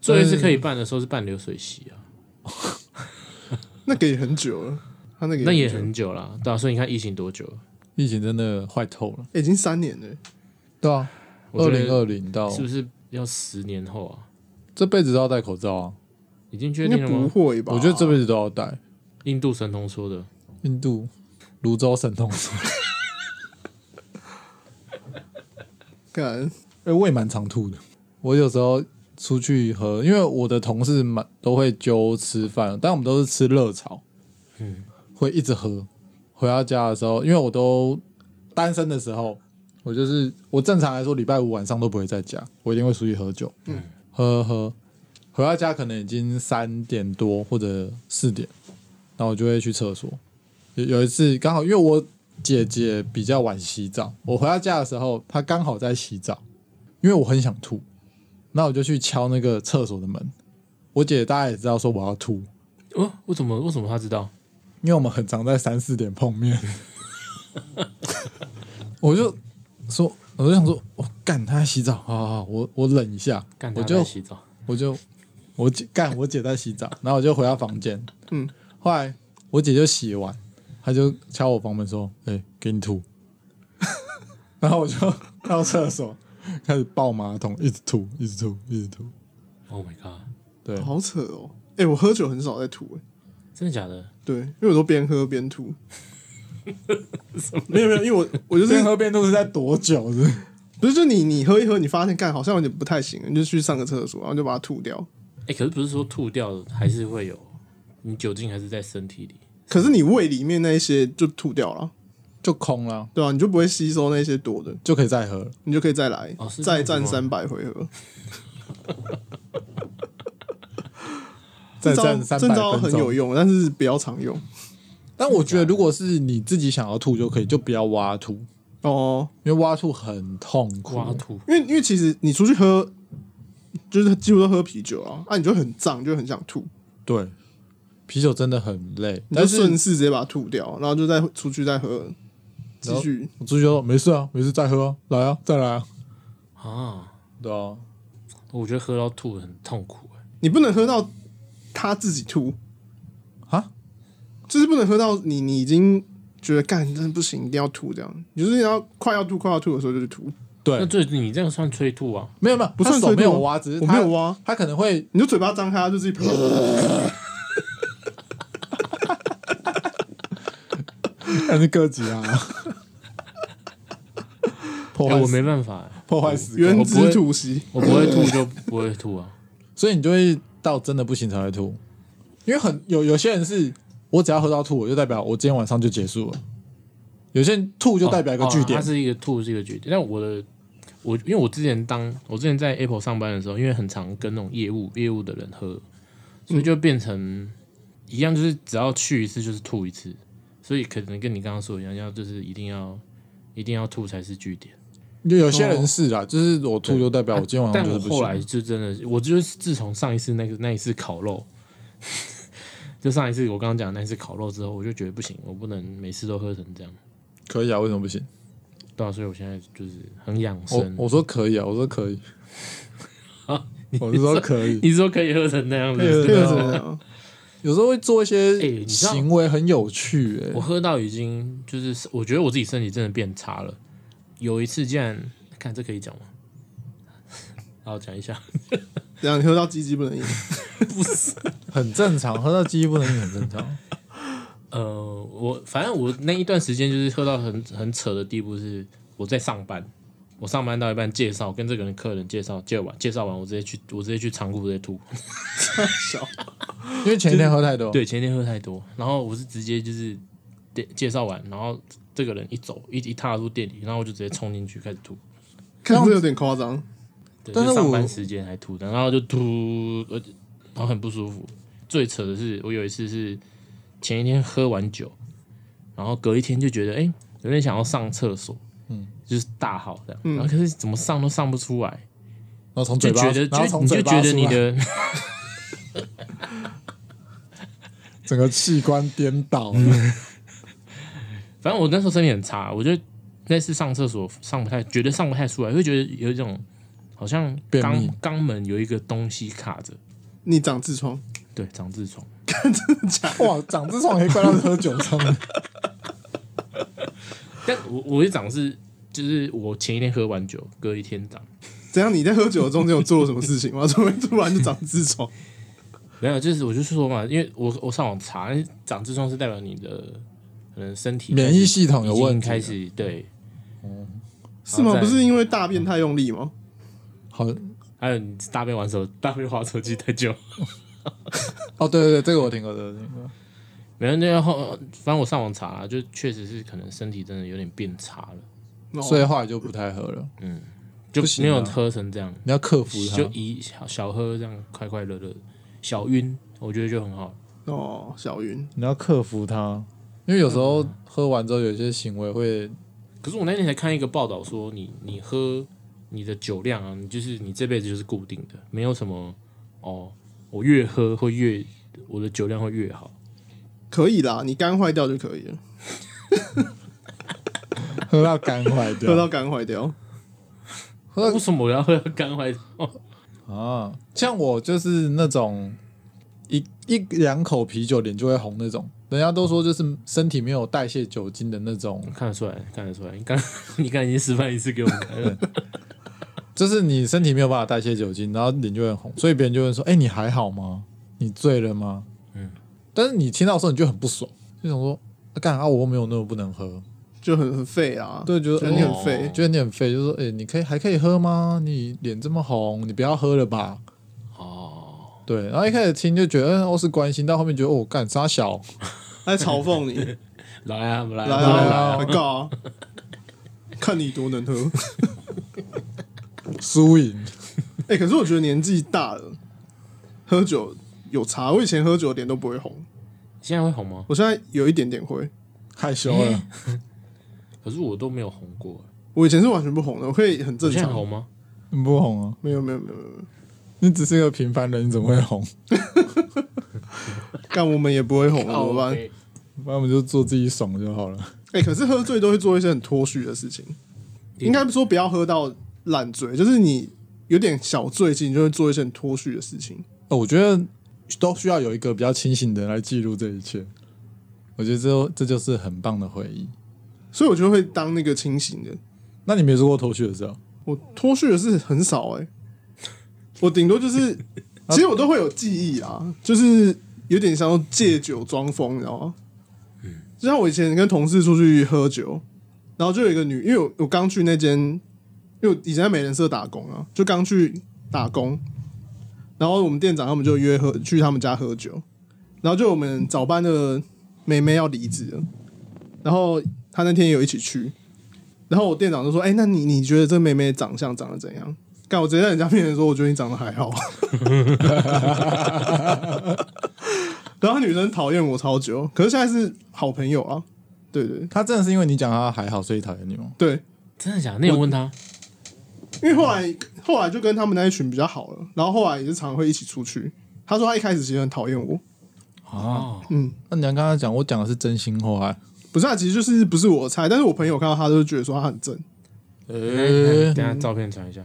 [SPEAKER 3] 最后一次可以办的时候是办流水席啊，
[SPEAKER 1] 那个也很久了，他那个
[SPEAKER 3] 那也
[SPEAKER 1] 久
[SPEAKER 3] 很久啦，对啊，所以你看疫情多久了？
[SPEAKER 2] 疫情真的坏透了。
[SPEAKER 1] 哎已经三年了。
[SPEAKER 2] 对啊，
[SPEAKER 3] 我
[SPEAKER 2] 二
[SPEAKER 3] 觉
[SPEAKER 2] 零
[SPEAKER 3] 得
[SPEAKER 2] 二零到
[SPEAKER 3] 是不是要十年后啊？
[SPEAKER 2] 这辈子都要戴口罩啊！
[SPEAKER 3] 已经确
[SPEAKER 1] 应该
[SPEAKER 3] 定了
[SPEAKER 1] 不
[SPEAKER 3] 吗？
[SPEAKER 1] 会吧？
[SPEAKER 2] 我觉得这辈子都要戴。
[SPEAKER 3] 印度神童说的，
[SPEAKER 2] 印度泸州神童说，
[SPEAKER 1] 干
[SPEAKER 2] 哎、我也蛮常吐的。我有时候出去喝，因为我的同事蛮都会揪吃饭，但我们都是吃热炒，
[SPEAKER 3] 嗯，
[SPEAKER 2] 会一直喝。回到家的时候，因为我都单身的时候，我就是我正常来说礼拜五晚上都不会在家，我一定会出去喝酒，嗯，喝喝喝，回到家可能已经三点多或者四点，然后我就会去厕所。有有一次刚好因为我姐姐比较晚洗澡，我回到家的时候她刚好在洗澡，因为我很想吐，那我就去敲那个厕所的门。我姐大家也知道说我要吐，
[SPEAKER 3] 哦，为什么为什么他知道？
[SPEAKER 2] 因为我们很常在三四点碰 面，我就说，我就想说，我、干他在洗澡，好好好，我我忍一下，
[SPEAKER 3] 干
[SPEAKER 2] 我
[SPEAKER 3] 他在
[SPEAKER 2] 就
[SPEAKER 3] 洗澡，
[SPEAKER 2] 我就我姐干我姐在洗澡，然后我就回到房间，
[SPEAKER 1] 嗯，
[SPEAKER 2] 后来我姐就洗完，她就敲我房门说，哎、给你吐， 然后我就到厕所开始抱马桶，一直吐，一直吐，一直吐，
[SPEAKER 3] ，Oh my god，
[SPEAKER 2] 对，
[SPEAKER 1] 好扯哦。哎，我喝酒很少在吐，哎，
[SPEAKER 3] 真的假的？
[SPEAKER 1] 对，因为我都边喝边吐。没有没有，因为我我就是
[SPEAKER 2] 边喝边都是在躲酒的。
[SPEAKER 1] 不是就你你喝一喝，你发现干好像有点不太行，你就去上个厕所，然后就把它吐掉。
[SPEAKER 3] 哎、可是不是说吐掉还是会有，你酒精还是在身体里。
[SPEAKER 1] 可是你胃里面那一些就吐掉了，
[SPEAKER 2] 就空了，
[SPEAKER 1] 对吧、啊你就不会吸收那些多的，
[SPEAKER 2] 就可以再喝了。
[SPEAKER 1] 你就可以再来，
[SPEAKER 3] 哦是这样
[SPEAKER 1] 再
[SPEAKER 3] 子吗
[SPEAKER 1] 战三百回合。
[SPEAKER 2] 再
[SPEAKER 1] 这招
[SPEAKER 2] 站三
[SPEAKER 1] 这
[SPEAKER 2] 百
[SPEAKER 1] 招
[SPEAKER 2] 分
[SPEAKER 1] 很有
[SPEAKER 2] 钟。
[SPEAKER 1] 用，但是不要常用
[SPEAKER 2] 但我觉得，如果是你自己想要吐就可以，就不要挖吐，
[SPEAKER 1] 哦。
[SPEAKER 2] 因为挖吐很痛苦。
[SPEAKER 3] 挖吐，
[SPEAKER 1] 因为因为其实你出去喝，就是几乎都喝啤酒啊，啊，你就很胀，就很想吐，
[SPEAKER 2] 对，啤酒真的很累，
[SPEAKER 1] 你就
[SPEAKER 2] 但是
[SPEAKER 1] 顺势直接把它吐掉，然后就再出去再喝，继续。
[SPEAKER 2] 我出去就说没事啊，没事再喝、啊，来啊，再来啊，
[SPEAKER 3] 啊！
[SPEAKER 2] 对啊，
[SPEAKER 3] 我觉得喝到吐很痛苦、哎
[SPEAKER 1] 你不能喝到他自己吐
[SPEAKER 2] 啊，
[SPEAKER 1] 就是不能喝到你你已经觉得干真的不行，一定要吐这样，你就是要快要吐快要吐的时候就去吐，
[SPEAKER 3] 那
[SPEAKER 2] 对，
[SPEAKER 3] 这你这样算催吐啊？
[SPEAKER 2] 没有没有，
[SPEAKER 1] 不算
[SPEAKER 2] 他手
[SPEAKER 1] 吹
[SPEAKER 2] 没有
[SPEAKER 1] 多
[SPEAKER 2] 挖，只是
[SPEAKER 1] 我
[SPEAKER 2] 他
[SPEAKER 1] 没有挖，
[SPEAKER 2] 他可能会
[SPEAKER 1] 你就嘴巴张开它就自己吐，
[SPEAKER 2] 还是哥 几啊，破
[SPEAKER 3] 哎、
[SPEAKER 2] 坏
[SPEAKER 3] 我
[SPEAKER 2] 死
[SPEAKER 3] 没办法、哎
[SPEAKER 2] 破坏 死
[SPEAKER 1] 原
[SPEAKER 2] 光，
[SPEAKER 1] 汁吐息。
[SPEAKER 3] 我不会吐就不会吐啊。
[SPEAKER 2] 所以你就会到真的不行才会吐，因为很有有些人是我只要喝到吐，我就代表我今天晚上就结束了。有些人吐就代表一个
[SPEAKER 3] 哦
[SPEAKER 2] 据
[SPEAKER 3] 哦
[SPEAKER 2] 点，
[SPEAKER 3] 它是一个吐是一个据点。但我的我因为我之前当我之前在 Apple 上班的时候，因为很常跟那种业务业务的人喝，所以
[SPEAKER 2] 嗯
[SPEAKER 3] 就变成一样，就是只要去一次就是吐一次，所以可能跟你刚刚说的一样，要就是一定要一定要吐才是据点。
[SPEAKER 2] 有有些人是啦，就是我吐就代表我今天晚上
[SPEAKER 3] 但
[SPEAKER 2] 哦就
[SPEAKER 3] 我
[SPEAKER 2] 是不
[SPEAKER 3] 后来
[SPEAKER 2] 行。
[SPEAKER 3] 就真的，我就是自从上一次那个那一次烤肉。 就上一次我刚刚讲的那一次烤肉之后，我就觉得不行，我不能每次都喝成这样，
[SPEAKER 2] 可以啊，为什么不行？
[SPEAKER 3] 对啊，所以我现在就是很养
[SPEAKER 2] 我
[SPEAKER 3] 生。
[SPEAKER 2] 我说可以啊，我说可 以，我是说可以。
[SPEAKER 3] 你说可以喝成那样子，
[SPEAKER 2] 可以喝成
[SPEAKER 1] 对
[SPEAKER 2] 对
[SPEAKER 1] 啊
[SPEAKER 2] 啊
[SPEAKER 1] 怎么样？
[SPEAKER 2] 有时候会做一
[SPEAKER 3] 哎你
[SPEAKER 2] 些
[SPEAKER 3] 知道
[SPEAKER 2] 行为很有趣、欸，
[SPEAKER 3] 我喝到已经就是，我觉得我自己身体真的变差了。有一次竟然，看这可以讲吗？ 好，讲一下。
[SPEAKER 1] 怎啊样？你喝到鸡鸡不 能硬？
[SPEAKER 2] 很正常。喝到记忆不能饮很正 常。
[SPEAKER 3] 呃，我反正我那一段时间就是喝到很很扯的地步，是我在上班，我上班到一半介绍跟这个人客人介绍，介完介绍完，我直接去我直接去仓库直接吐。
[SPEAKER 1] 小
[SPEAKER 2] 因为前一天喝太多，
[SPEAKER 3] 对，前天喝太多，然后我是直接就是介介绍完，然后这个人一走一一踏入店里，然后我就直接冲进去开始吐。
[SPEAKER 1] 看这有点夸张。
[SPEAKER 3] 对
[SPEAKER 2] 但是
[SPEAKER 3] 就上
[SPEAKER 2] 我
[SPEAKER 3] 班时间还吐，然后就吐，呃然后很不舒服。最扯的是，我有一次是前一天喝完酒，然后隔一天就觉得哎、诶有点想要上厕所，嗯，就是大号这样，然后可是怎么上都上不出来，
[SPEAKER 2] 然后从嘴
[SPEAKER 3] 就
[SPEAKER 2] 巴，
[SPEAKER 3] 觉得
[SPEAKER 2] 然后
[SPEAKER 3] 就
[SPEAKER 2] 从
[SPEAKER 3] 你就
[SPEAKER 2] 嘴巴
[SPEAKER 3] 觉得
[SPEAKER 2] 出
[SPEAKER 3] 你
[SPEAKER 2] 来
[SPEAKER 3] 的
[SPEAKER 2] 整个器官颠 倒了，
[SPEAKER 3] 反正我那时候身体很差，我就那次上厕所上不太，觉得上不太出来，会觉得有一种好像
[SPEAKER 2] 便秘
[SPEAKER 3] 肛肛门有一个东西卡着，
[SPEAKER 1] 你长痔疮，
[SPEAKER 3] 对，长痔疮。
[SPEAKER 2] 哇，长痔疮也怪到喝酒上面。
[SPEAKER 3] 但我我会长是就是我前一天喝完酒，隔一天长。
[SPEAKER 1] 怎样？你在喝酒的中间有做了什么事情吗？怎么会突然就长痔 疮？
[SPEAKER 3] 没有，就是我就是说嘛，因为我我上网查，因为长痔疮是代表你的可能身 体
[SPEAKER 2] 免疫系统有问题啊
[SPEAKER 3] 开始对，
[SPEAKER 1] 是吗？
[SPEAKER 3] 再来
[SPEAKER 1] 不是因为大便太用力吗？
[SPEAKER 2] 好，
[SPEAKER 3] 还有你大便玩手大便滑手机太久，
[SPEAKER 2] 哦，对对对，这个我听过，这个我听过。
[SPEAKER 3] 没有那后反正我上网查啦，就确实是可能身体真的有点变差了，
[SPEAKER 1] 哦
[SPEAKER 2] 所以后来就不太喝了。
[SPEAKER 3] 就
[SPEAKER 2] 不行
[SPEAKER 3] 没
[SPEAKER 2] 啊
[SPEAKER 3] 有喝成这样，
[SPEAKER 2] 你要克服它
[SPEAKER 3] 就，以小小喝这样快快乐乐，小晕我觉得就很好，
[SPEAKER 1] 哦，小云，
[SPEAKER 2] 你要克服它，因为有时候喝完之后，有些行为会
[SPEAKER 3] 可是我那天才看一个报道说你，你喝你的酒量啊，你就是你这辈子就是固定的，没有什么哦，我越喝会越我的酒量会越好。
[SPEAKER 1] 可以啦，你肝坏掉就可以了，
[SPEAKER 2] 喝到肝坏掉，
[SPEAKER 1] 喝到肝坏掉。
[SPEAKER 2] 那
[SPEAKER 3] 为什么我要喝干坏？哦，
[SPEAKER 2] 啊，像我就是那种一一两口啤酒脸就会红那种，人家都说就是身体没有代谢酒精的那种，
[SPEAKER 3] 看得出来，看得出来，你刚 你刚才已经示范一次给我们看了。
[SPEAKER 2] 就是你身体没有办法代谢酒精，然后脸就会很红，所以别人就会说：“哎、你还好吗？你醉了吗？”嗯，但是你听到的时候你就很不爽，就想说：“啊干啊，我又没有那么不能喝，
[SPEAKER 1] 就很很废啊。
[SPEAKER 2] 对，觉
[SPEAKER 1] 觉
[SPEAKER 2] 得
[SPEAKER 1] 得你
[SPEAKER 2] 哦
[SPEAKER 1] 很废
[SPEAKER 2] 觉得你很废，就说哎、你可以还可以喝吗？你脸这么红，你不要喝了吧。
[SPEAKER 3] 哦，
[SPEAKER 2] 对，然后一开始听就觉得嗯哦是关心，到后面觉得哦干傻小，
[SPEAKER 1] 还嘲讽你，
[SPEAKER 3] 来啊，来
[SPEAKER 1] 来
[SPEAKER 3] 啊，
[SPEAKER 1] 啊来
[SPEAKER 3] 啊，
[SPEAKER 1] 啊，来告啊！看你多能喝。
[SPEAKER 2] 输赢，
[SPEAKER 1] 哎、可是我觉得年纪大了，喝酒有差。我以前喝酒脸都不会红，
[SPEAKER 3] 现在会红吗？
[SPEAKER 1] 我现在有一点点会。
[SPEAKER 2] 害羞了。
[SPEAKER 3] 可是我都没有红过，
[SPEAKER 1] 我以前是完全不红的，我可以很
[SPEAKER 3] 我
[SPEAKER 1] 正
[SPEAKER 3] 现在
[SPEAKER 1] 常。
[SPEAKER 3] 红吗？
[SPEAKER 2] 你不红啊？
[SPEAKER 1] 没有没有没有没有没有，
[SPEAKER 2] 你只是个平凡人，你怎么会红？
[SPEAKER 1] 但我们也不会红，怎
[SPEAKER 3] 哦，
[SPEAKER 1] 么办？哎、
[SPEAKER 2] 不然我们就做自己爽就好了。
[SPEAKER 1] 可是喝醉都会做一些很脱序的事情，应该说不要喝到烂醉，就是你有点小醉，其实你就会做一些很脱序的事情。
[SPEAKER 2] 哦，我觉得都需要有一个比较清醒的人来记录这一切。我觉得这这就是很棒的回忆。
[SPEAKER 1] 所以我就会当那个清醒的。
[SPEAKER 2] 那你没做过头绪的时候，
[SPEAKER 1] 我脱序的事很少哎、我顶多就是，其实我都会有记忆啊，就是有点像借酒装疯，你知道吗？就像我以前跟同事出去喝酒，然后就有一个女，因为我我刚去那间，因为我以前在美人社打工啊，就刚去打工，然后我们店长他们就约喝去他们家喝酒，然后就我们早班的妹妹要离职了，然后她那天也有一起去，然后我店长就说：“哎、那你你觉得这妹妹长相长得怎样？”干，我直接在人家面前说：“我觉得你长得还好。” 然后女生讨厌我超久，可是现在是好朋友啊，对对
[SPEAKER 2] 他真的是因为你讲他还好，所以讨厌你吗？
[SPEAKER 1] 对，
[SPEAKER 3] 真的假的？你有问他？
[SPEAKER 1] 因为后来后来就跟他们那一群比较好了，然后后来也是常会一起出去。他说他一开始其实很讨厌我，啊
[SPEAKER 3] 哦，
[SPEAKER 2] 那你要跟他讲，我讲的是真心话、啊。
[SPEAKER 1] 不是啊，其实就是不是我猜，但是我朋友看到他都觉得说他很正。
[SPEAKER 2] 呃、
[SPEAKER 1] 哎
[SPEAKER 3] 等一下照片传一下。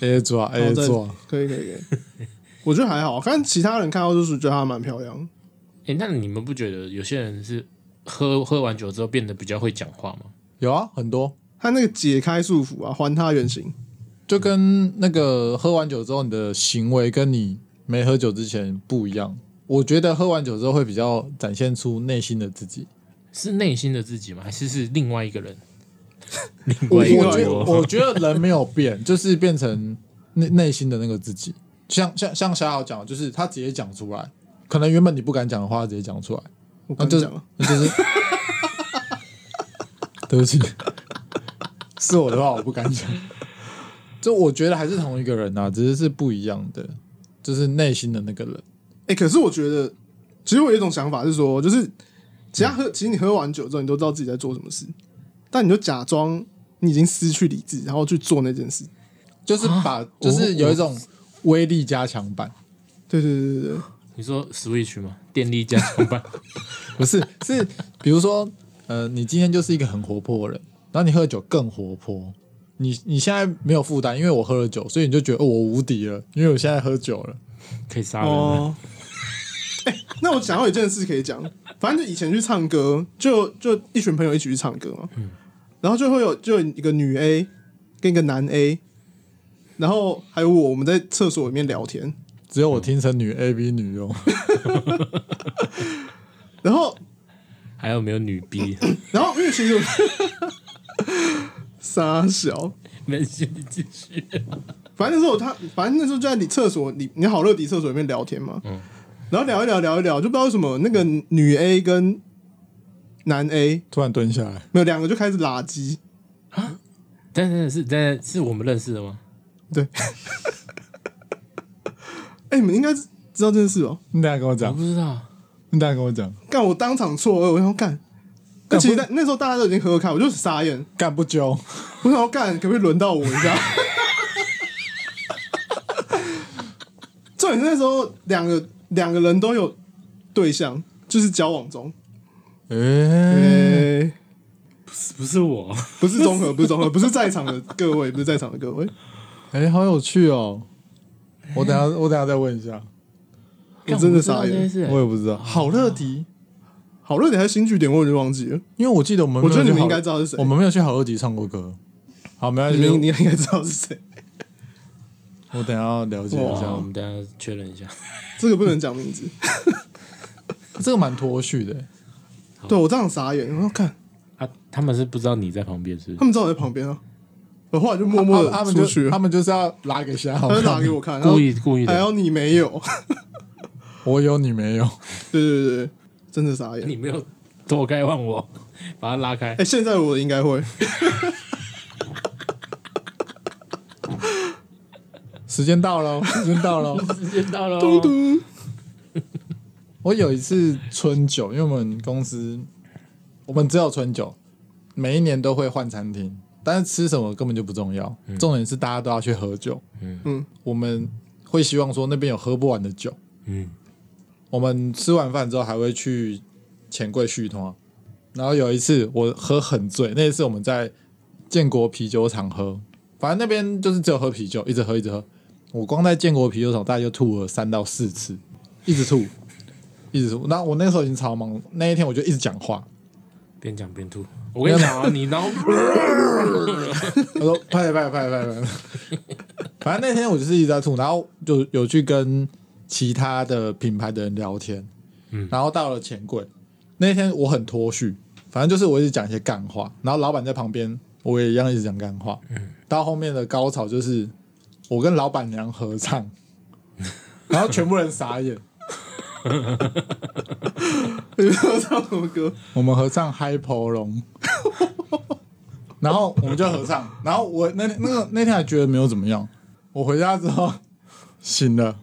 [SPEAKER 2] A 哎抓
[SPEAKER 1] 然后
[SPEAKER 2] A
[SPEAKER 1] 再
[SPEAKER 2] 抓，
[SPEAKER 1] 可以可以可以，我觉得还好，但其他人看到就是觉得她蛮漂亮。
[SPEAKER 3] 哎，那你们不觉得有些人是喝喝完酒之后变得比较会讲话吗？
[SPEAKER 2] 有啊，很多
[SPEAKER 1] 他那个解开束缚啊，还他原形。
[SPEAKER 2] 就跟那个喝完酒之后，你的行为跟你没喝酒之前不一样。我觉得喝完酒之后会比较展现出内心的自己。
[SPEAKER 3] 是内心的自己吗？还是是另外一个人？
[SPEAKER 1] 我
[SPEAKER 2] 我
[SPEAKER 1] 另外
[SPEAKER 2] 觉
[SPEAKER 1] 一
[SPEAKER 2] 得
[SPEAKER 1] 个
[SPEAKER 3] 哦
[SPEAKER 2] 我觉得人没有变，就是变成内内心的那个自己。像像像小好讲的，就是他直接讲出来，可能原本你不敢讲的话，他直接讲出来，
[SPEAKER 1] 我
[SPEAKER 2] 那
[SPEAKER 1] 跟
[SPEAKER 2] 就
[SPEAKER 1] 你
[SPEAKER 2] 是
[SPEAKER 1] 讲啊，
[SPEAKER 2] 那就是 对不起，是我的话我不敢讲。就我觉得还是同一个人啊，只是是不一样的，就是内心的那个人。
[SPEAKER 1] 哎、可是我觉得，其实我有一种想法是说，就是其他喝，其实你喝完酒之后，你都知道自己在做什么事，但你就假装你已经失去理智，然后去做那件事。
[SPEAKER 2] 就是把，就是有一种威力加强版，
[SPEAKER 1] 对对对对对，
[SPEAKER 3] 你说 Switch 吗？电力加强 版？
[SPEAKER 2] 不是是，比如说，呃，你今天就是一个很活泼的人，然后你喝酒更活泼，你你现在没有负担，因为我喝了酒，所以你就觉得、哦、我无敌了，因为我现在喝酒了。
[SPEAKER 3] 可以杀人吗？
[SPEAKER 1] 哦。哎、那我想到有一件事可以讲，反正就以前去唱歌，就就一群朋友一起去唱歌嘛，然后就会有就有一个女 A 跟一个男 A，然后还有我，我们在厕所里面聊天，
[SPEAKER 2] 只有我听成女 A B 女佣，
[SPEAKER 1] 然后
[SPEAKER 3] 还有没有女 逼？
[SPEAKER 1] 然后因为其实我 傻小，
[SPEAKER 3] 没事，你继续。
[SPEAKER 1] 反正那时候他，反正那时候就在你厕所里，你好乐迪厕所里面聊天嘛，然后聊一聊聊一聊，就不知道为什么那个女 A 跟男 A
[SPEAKER 2] 突然蹲下来，
[SPEAKER 1] 没有两个就开始拉鸡，
[SPEAKER 3] 但是是但是我们认识的吗？
[SPEAKER 1] 对， 哎、你们应该知道这件事哦、
[SPEAKER 2] 你等一下跟我
[SPEAKER 3] 我
[SPEAKER 2] 讲
[SPEAKER 3] 不，知道。
[SPEAKER 2] 你等一下跟我讲，
[SPEAKER 1] 干我当场错愕，我想说干，但其实那那时候大家都已经喝开，我就傻眼，
[SPEAKER 2] 干不揪，
[SPEAKER 1] 我想要干，可不可以轮到我一下？ 重点是那时候两个两个人都有对象，就是交往中，
[SPEAKER 2] 哎、
[SPEAKER 3] 嗯
[SPEAKER 1] 诶、
[SPEAKER 3] 不是我，
[SPEAKER 1] 不是综合，不是综合，不是在场的各位，不是在场的各位，
[SPEAKER 2] 哎、好有趣哦。我等一下，我等一下再问一下，
[SPEAKER 1] 我真的
[SPEAKER 3] 干
[SPEAKER 1] 傻
[SPEAKER 3] 我不知道这件
[SPEAKER 1] 眼。
[SPEAKER 3] 事欸
[SPEAKER 2] 我也不知道。好乐迪，
[SPEAKER 1] 好乐迪还是新据点，我有点忘记了。
[SPEAKER 2] 因为我记得我们没
[SPEAKER 1] 我
[SPEAKER 2] 有
[SPEAKER 1] 觉得你们
[SPEAKER 2] 去好
[SPEAKER 1] 应该知道是谁
[SPEAKER 2] 我们没有去好乐迪唱过歌。好，没关
[SPEAKER 1] 你
[SPEAKER 2] 系，
[SPEAKER 1] 们你应该知道是谁，
[SPEAKER 2] 我等一下了解一
[SPEAKER 3] 等一
[SPEAKER 2] 下
[SPEAKER 3] 下，我。们等一下确认一下。
[SPEAKER 1] 这个不能讲名字。
[SPEAKER 2] 这个蛮脱序的欸，
[SPEAKER 1] 对我这样傻眼，然后看
[SPEAKER 3] 啊，他们是不知道你在旁边是
[SPEAKER 1] 他
[SPEAKER 3] 不是？
[SPEAKER 1] 们知道我在旁边啊，我后来就 默默
[SPEAKER 2] 他他
[SPEAKER 1] 的
[SPEAKER 2] 们
[SPEAKER 1] 出去
[SPEAKER 2] 就他
[SPEAKER 1] 了，
[SPEAKER 2] 们就是要拉给虾好
[SPEAKER 1] 他就打
[SPEAKER 2] 看
[SPEAKER 1] 给。我看，
[SPEAKER 3] 故意故意
[SPEAKER 1] 还
[SPEAKER 3] 的。
[SPEAKER 1] 要你没有，
[SPEAKER 2] 我有你没有？
[SPEAKER 1] 对对对对，真的傻眼。
[SPEAKER 3] 你没有躲开忘我，把他拉开
[SPEAKER 1] 哎、。现在我应该会，
[SPEAKER 2] 时间到了，时间到了。
[SPEAKER 3] 时间到了哦，
[SPEAKER 1] 嘟嘟，
[SPEAKER 2] 我有一次春酒，因为我们公司我们只有春酒，每一年都会换餐厅，但是吃什么根本就不重要，重点是大家都要去喝酒。
[SPEAKER 3] 嗯
[SPEAKER 1] 嗯
[SPEAKER 2] 我们会希望说那边有喝不完的酒。
[SPEAKER 3] 嗯，
[SPEAKER 2] 我们吃完饭之后还会去钱柜续通啊。然后有一次我喝很醉，那一次我们在建国啤酒厂喝，反正那边就是只有喝啤酒，一直喝一直喝。我光在建国啤酒厂大概就吐了三到四次，一直吐，一直吐。那我那时候已经超忙，那一天我就一直讲话，
[SPEAKER 3] 边讲边吐。我跟你讲啊，你然后
[SPEAKER 2] 我说 拍了拍了拍了拍了， 反正那天我就是一直在吐，然后就有去跟其他的品牌的人聊天，
[SPEAKER 3] 嗯
[SPEAKER 2] 然后到了钱柜那天我很脱序，反正就是我一直讲一些干话，然后老板在旁边我也一样一直讲干话，到后面的高潮就是我跟老板娘合唱，然后全部人傻眼，
[SPEAKER 1] 你们要唱什么歌？
[SPEAKER 2] 我们合唱《嗨婆龙》，然后我们就合唱，然后我那那个那天还觉得没有怎么样，我回家之后醒了，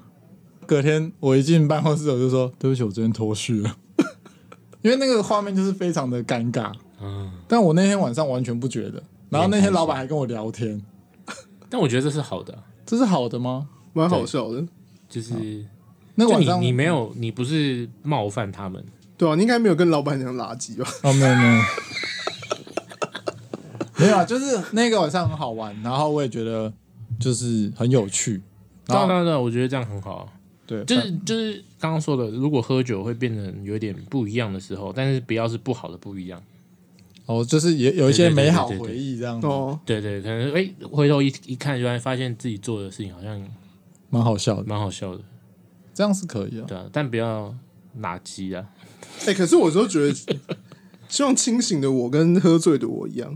[SPEAKER 2] 隔天我一进办公室我就说对不起，我昨天脱序了，因为那个画面就是非常的尴尬，
[SPEAKER 3] 嗯，
[SPEAKER 2] 但我那天晚上完全不觉得，然后那天老板还跟我聊天，
[SPEAKER 3] 但我觉得这是好的啊，
[SPEAKER 2] 这是好的吗？
[SPEAKER 1] 蛮好笑的，
[SPEAKER 3] 就是
[SPEAKER 2] 那个
[SPEAKER 3] 就
[SPEAKER 2] 晚
[SPEAKER 3] 你
[SPEAKER 2] 上
[SPEAKER 3] 你没有，你不是冒犯他们，
[SPEAKER 1] 对啊，你应该没有跟老板娘垃圾 吧？
[SPEAKER 2] 哦，没有没有， 没有啊，就是那个晚上很好玩，然后我也觉得就是很有趣，然
[SPEAKER 3] 当
[SPEAKER 2] 后
[SPEAKER 3] 然了，啊我觉得这样很好啊。
[SPEAKER 2] 对，
[SPEAKER 3] 哦就是就是刚刚说的，如果喝酒会变成有点不一样的时候，但是不要是不好的不一样。
[SPEAKER 2] 哦，就是也有一些
[SPEAKER 3] 对对对
[SPEAKER 2] 美好
[SPEAKER 3] 对对
[SPEAKER 2] 回忆这样子，
[SPEAKER 1] 哦，
[SPEAKER 3] 对对，可能哎、回头一一看，原来发现自己做的事情好像
[SPEAKER 2] 蛮好笑的，
[SPEAKER 3] 蛮好笑的，
[SPEAKER 2] 这样是可以啊。
[SPEAKER 3] 对啊，但不要垃圾啊。
[SPEAKER 1] 哎、可是我就觉得，希望清醒的我跟喝醉的我一样，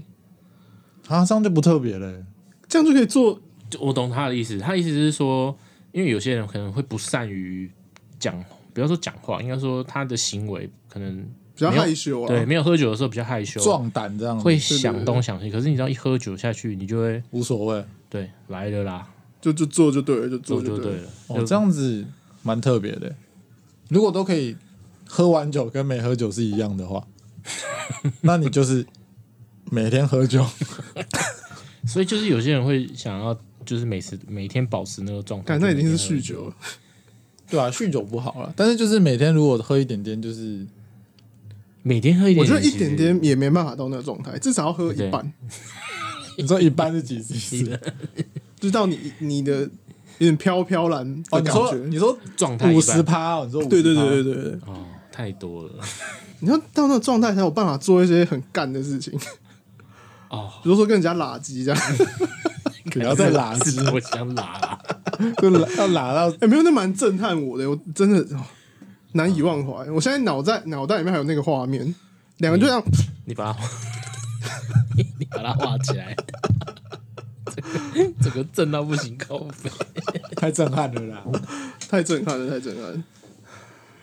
[SPEAKER 2] 啊，这样就不特别嘞、
[SPEAKER 1] 这样就可以做
[SPEAKER 3] 就我懂他的意思，他的意思是说，因为有些人可能会不善于讲，不要说讲话，应该说他的行为可能
[SPEAKER 1] 比较
[SPEAKER 3] 没有
[SPEAKER 1] 害羞啊。
[SPEAKER 3] 对没有喝酒的时候比较害羞，
[SPEAKER 2] 壮胆这样子
[SPEAKER 3] 会
[SPEAKER 1] 对对
[SPEAKER 3] 想东想西。可是你知道，一喝酒下去，你就会
[SPEAKER 2] 无所谓
[SPEAKER 3] 对来了啦，
[SPEAKER 1] 就就做就对了，就
[SPEAKER 3] 做
[SPEAKER 1] 做
[SPEAKER 3] 就
[SPEAKER 1] 对
[SPEAKER 3] 对
[SPEAKER 1] 了。
[SPEAKER 3] 了。
[SPEAKER 2] 哦
[SPEAKER 3] 就，
[SPEAKER 2] 这样子蛮特别的、如果都可以喝完酒跟没喝酒是一样的 话，那你就是每天喝酒。
[SPEAKER 3] 所以就是有些人会想要，就是每次每天保持那个状态。
[SPEAKER 1] 感那已经是
[SPEAKER 3] 就
[SPEAKER 1] 酗
[SPEAKER 3] 每天喝
[SPEAKER 1] 酒了，
[SPEAKER 2] 对啊，酗酒不好了，但是就是每天如果喝一点点，就是
[SPEAKER 3] 每天喝一点
[SPEAKER 1] 我觉
[SPEAKER 3] 点，
[SPEAKER 1] 得一点点也没办法到那个状态，至少要喝一半，
[SPEAKER 2] 你说一般是几 cc？
[SPEAKER 1] 就到你你的有点飘飘然
[SPEAKER 2] 哦，
[SPEAKER 1] 的
[SPEAKER 2] 你
[SPEAKER 1] 感
[SPEAKER 2] 说
[SPEAKER 1] 觉。
[SPEAKER 2] 你说
[SPEAKER 3] 状态一般
[SPEAKER 2] 五十趴哦，你说
[SPEAKER 1] 对对对
[SPEAKER 2] 对，
[SPEAKER 1] 对对对，
[SPEAKER 3] 哦，太多了
[SPEAKER 1] 你要到那个状态才有办法做一些很干的事情，比
[SPEAKER 3] 哦。
[SPEAKER 1] 如说跟人家拉鸡这样。
[SPEAKER 2] 不要再拉鸡，
[SPEAKER 3] 我想拉啦，
[SPEAKER 2] 就拉要拉到
[SPEAKER 1] 哎、没有，那蛮震撼我的，我真的、哦难以忘怀。我现在脑袋脑袋里面还有那个画面，两个就这样，
[SPEAKER 3] 你把它， 你把它画起来。这个震到不行，靠背。
[SPEAKER 2] 太震撼了啦！
[SPEAKER 1] 太震撼了，太震撼了。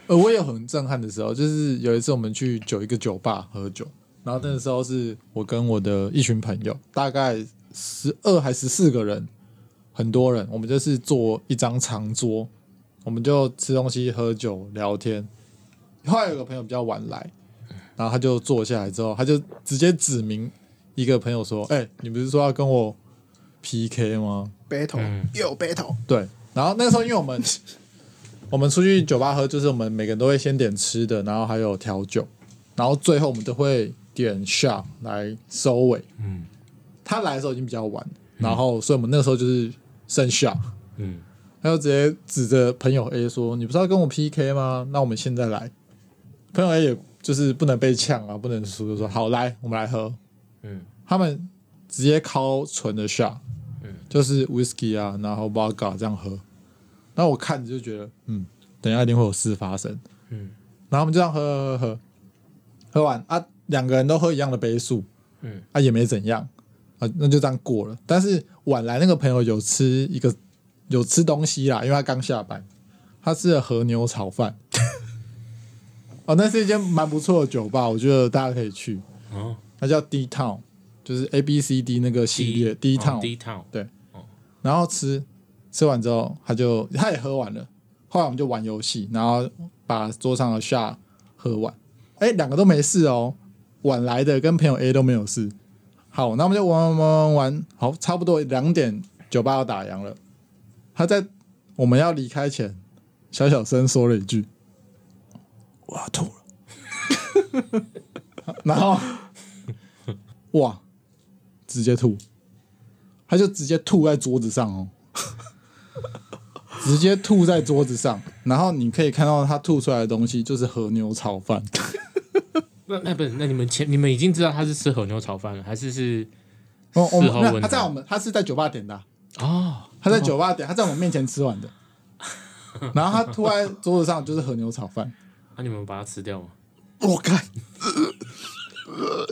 [SPEAKER 2] 呃，我也有很震撼的时候，就是有一次我们去酒一个酒吧喝酒，然后那个时候是我跟我的一群朋友，大概十二还十四个人，很多人，我们就是坐一张长桌，我们就吃东西、喝酒、聊天。后来有个朋友比较晚来，然后他就坐下来之后，他就直接指明一个朋友说：“哎、你不是说要跟我 PK 吗？”
[SPEAKER 1] battle
[SPEAKER 3] 嗯
[SPEAKER 1] 又 battle，
[SPEAKER 2] 对，然后那时候因为我们我们出去酒吧喝，就是我们每个人都会先点吃的，然后还有调酒，然后最后我们都会点 shot 来收尾。
[SPEAKER 3] 嗯
[SPEAKER 2] 他来的时候已经比较晚，然后所以我们那时候就是剩 shot，
[SPEAKER 3] 嗯，
[SPEAKER 2] 他就直接指着朋友 A 说：“你不是要跟我 PK 吗？那我们现在来。”朋友 A 也就是不能被呛啊，不能输，就说：“好，来，我们来喝。”
[SPEAKER 3] 嗯，
[SPEAKER 2] 他们直接敲纯的 shot，嗯，就是 whisky 啊，然后 vodka 这样喝。那我看着就觉得，嗯，等一下一定会有事发生，
[SPEAKER 3] 嗯，
[SPEAKER 2] 然后我们就这样喝喝喝喝，喝喝完啊，两个人都喝一样的杯数，
[SPEAKER 3] 嗯，
[SPEAKER 2] 啊也没怎样啊，那就这样过了。但是晚来那个朋友有吃一个有吃东西啦，因为他刚下班，他吃了和牛炒饭。 哦，那是一间蛮不错的酒吧，我觉得大家可以去。
[SPEAKER 3] 哦，
[SPEAKER 2] 它叫 D Town，就是 A B C D 那个系
[SPEAKER 3] 哦
[SPEAKER 2] 列 D Town。
[SPEAKER 3] 低烫，
[SPEAKER 2] 然后吃吃完之后，他就他也喝完了。后来我们就玩游戏，然后把桌上的下喝完。哎，两个都没事哦，晚来的跟朋友 A 都没有事。好，那我们就玩玩玩玩玩，好，差不多两点酒吧要打烊了。他在我们要离开前，小小声说了一句：“我要吐了。”然后，哇，直接吐。他就直接吐在桌子上哦， 直接吐在桌子上，然后你可以看到他吐出来的东西就是和牛炒饭，
[SPEAKER 3] 那那不是那你们前你们已经知道他是吃和牛炒饭了，还是是
[SPEAKER 2] 哦我我
[SPEAKER 3] 事后
[SPEAKER 2] 们
[SPEAKER 3] 问
[SPEAKER 2] 那他
[SPEAKER 3] 他
[SPEAKER 2] 在我们他是在酒吧点的啊、
[SPEAKER 3] 哦
[SPEAKER 2] 他在酒吧点，他在我们面前吃 完的，然后他吐在桌子上就是和牛炒饭，
[SPEAKER 3] 那、啊你们把它吃掉吗？
[SPEAKER 1] 我看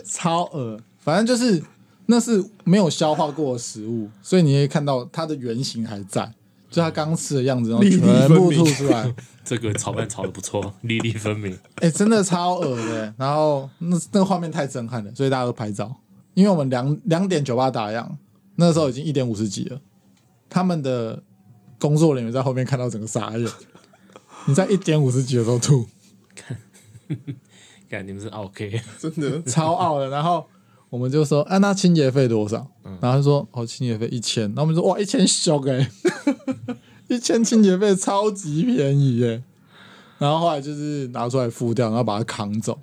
[SPEAKER 2] 超恶，反正就是那是没有消化过的食物，所以你可以看到它的原型还在，就他刚吃的样子，然后
[SPEAKER 1] 粒粒
[SPEAKER 2] 全
[SPEAKER 1] 分
[SPEAKER 2] 部
[SPEAKER 1] 明
[SPEAKER 2] 吐出来。
[SPEAKER 3] 这个炒饭炒的不错， 粒粒分明。
[SPEAKER 2] 哎、真的超恶的欸、然后那那个画面太震撼了，所以大家都拍照。因为我们两两点酒吧打烊，那时候已经一点五十几了，他们的工作人员在后面看到整个傻眼。你在一点五十几的时候吐，
[SPEAKER 3] 看你们是啊 OK，
[SPEAKER 1] 真的
[SPEAKER 2] 超傲的。然后我们就说，啊，那清洁费多少？然后他说，哦，清洁费一千。然后我们说，哇，一千小哎、 一千清洁费超级便宜耶、然后后来就是拿出来付掉，然后把它扛走，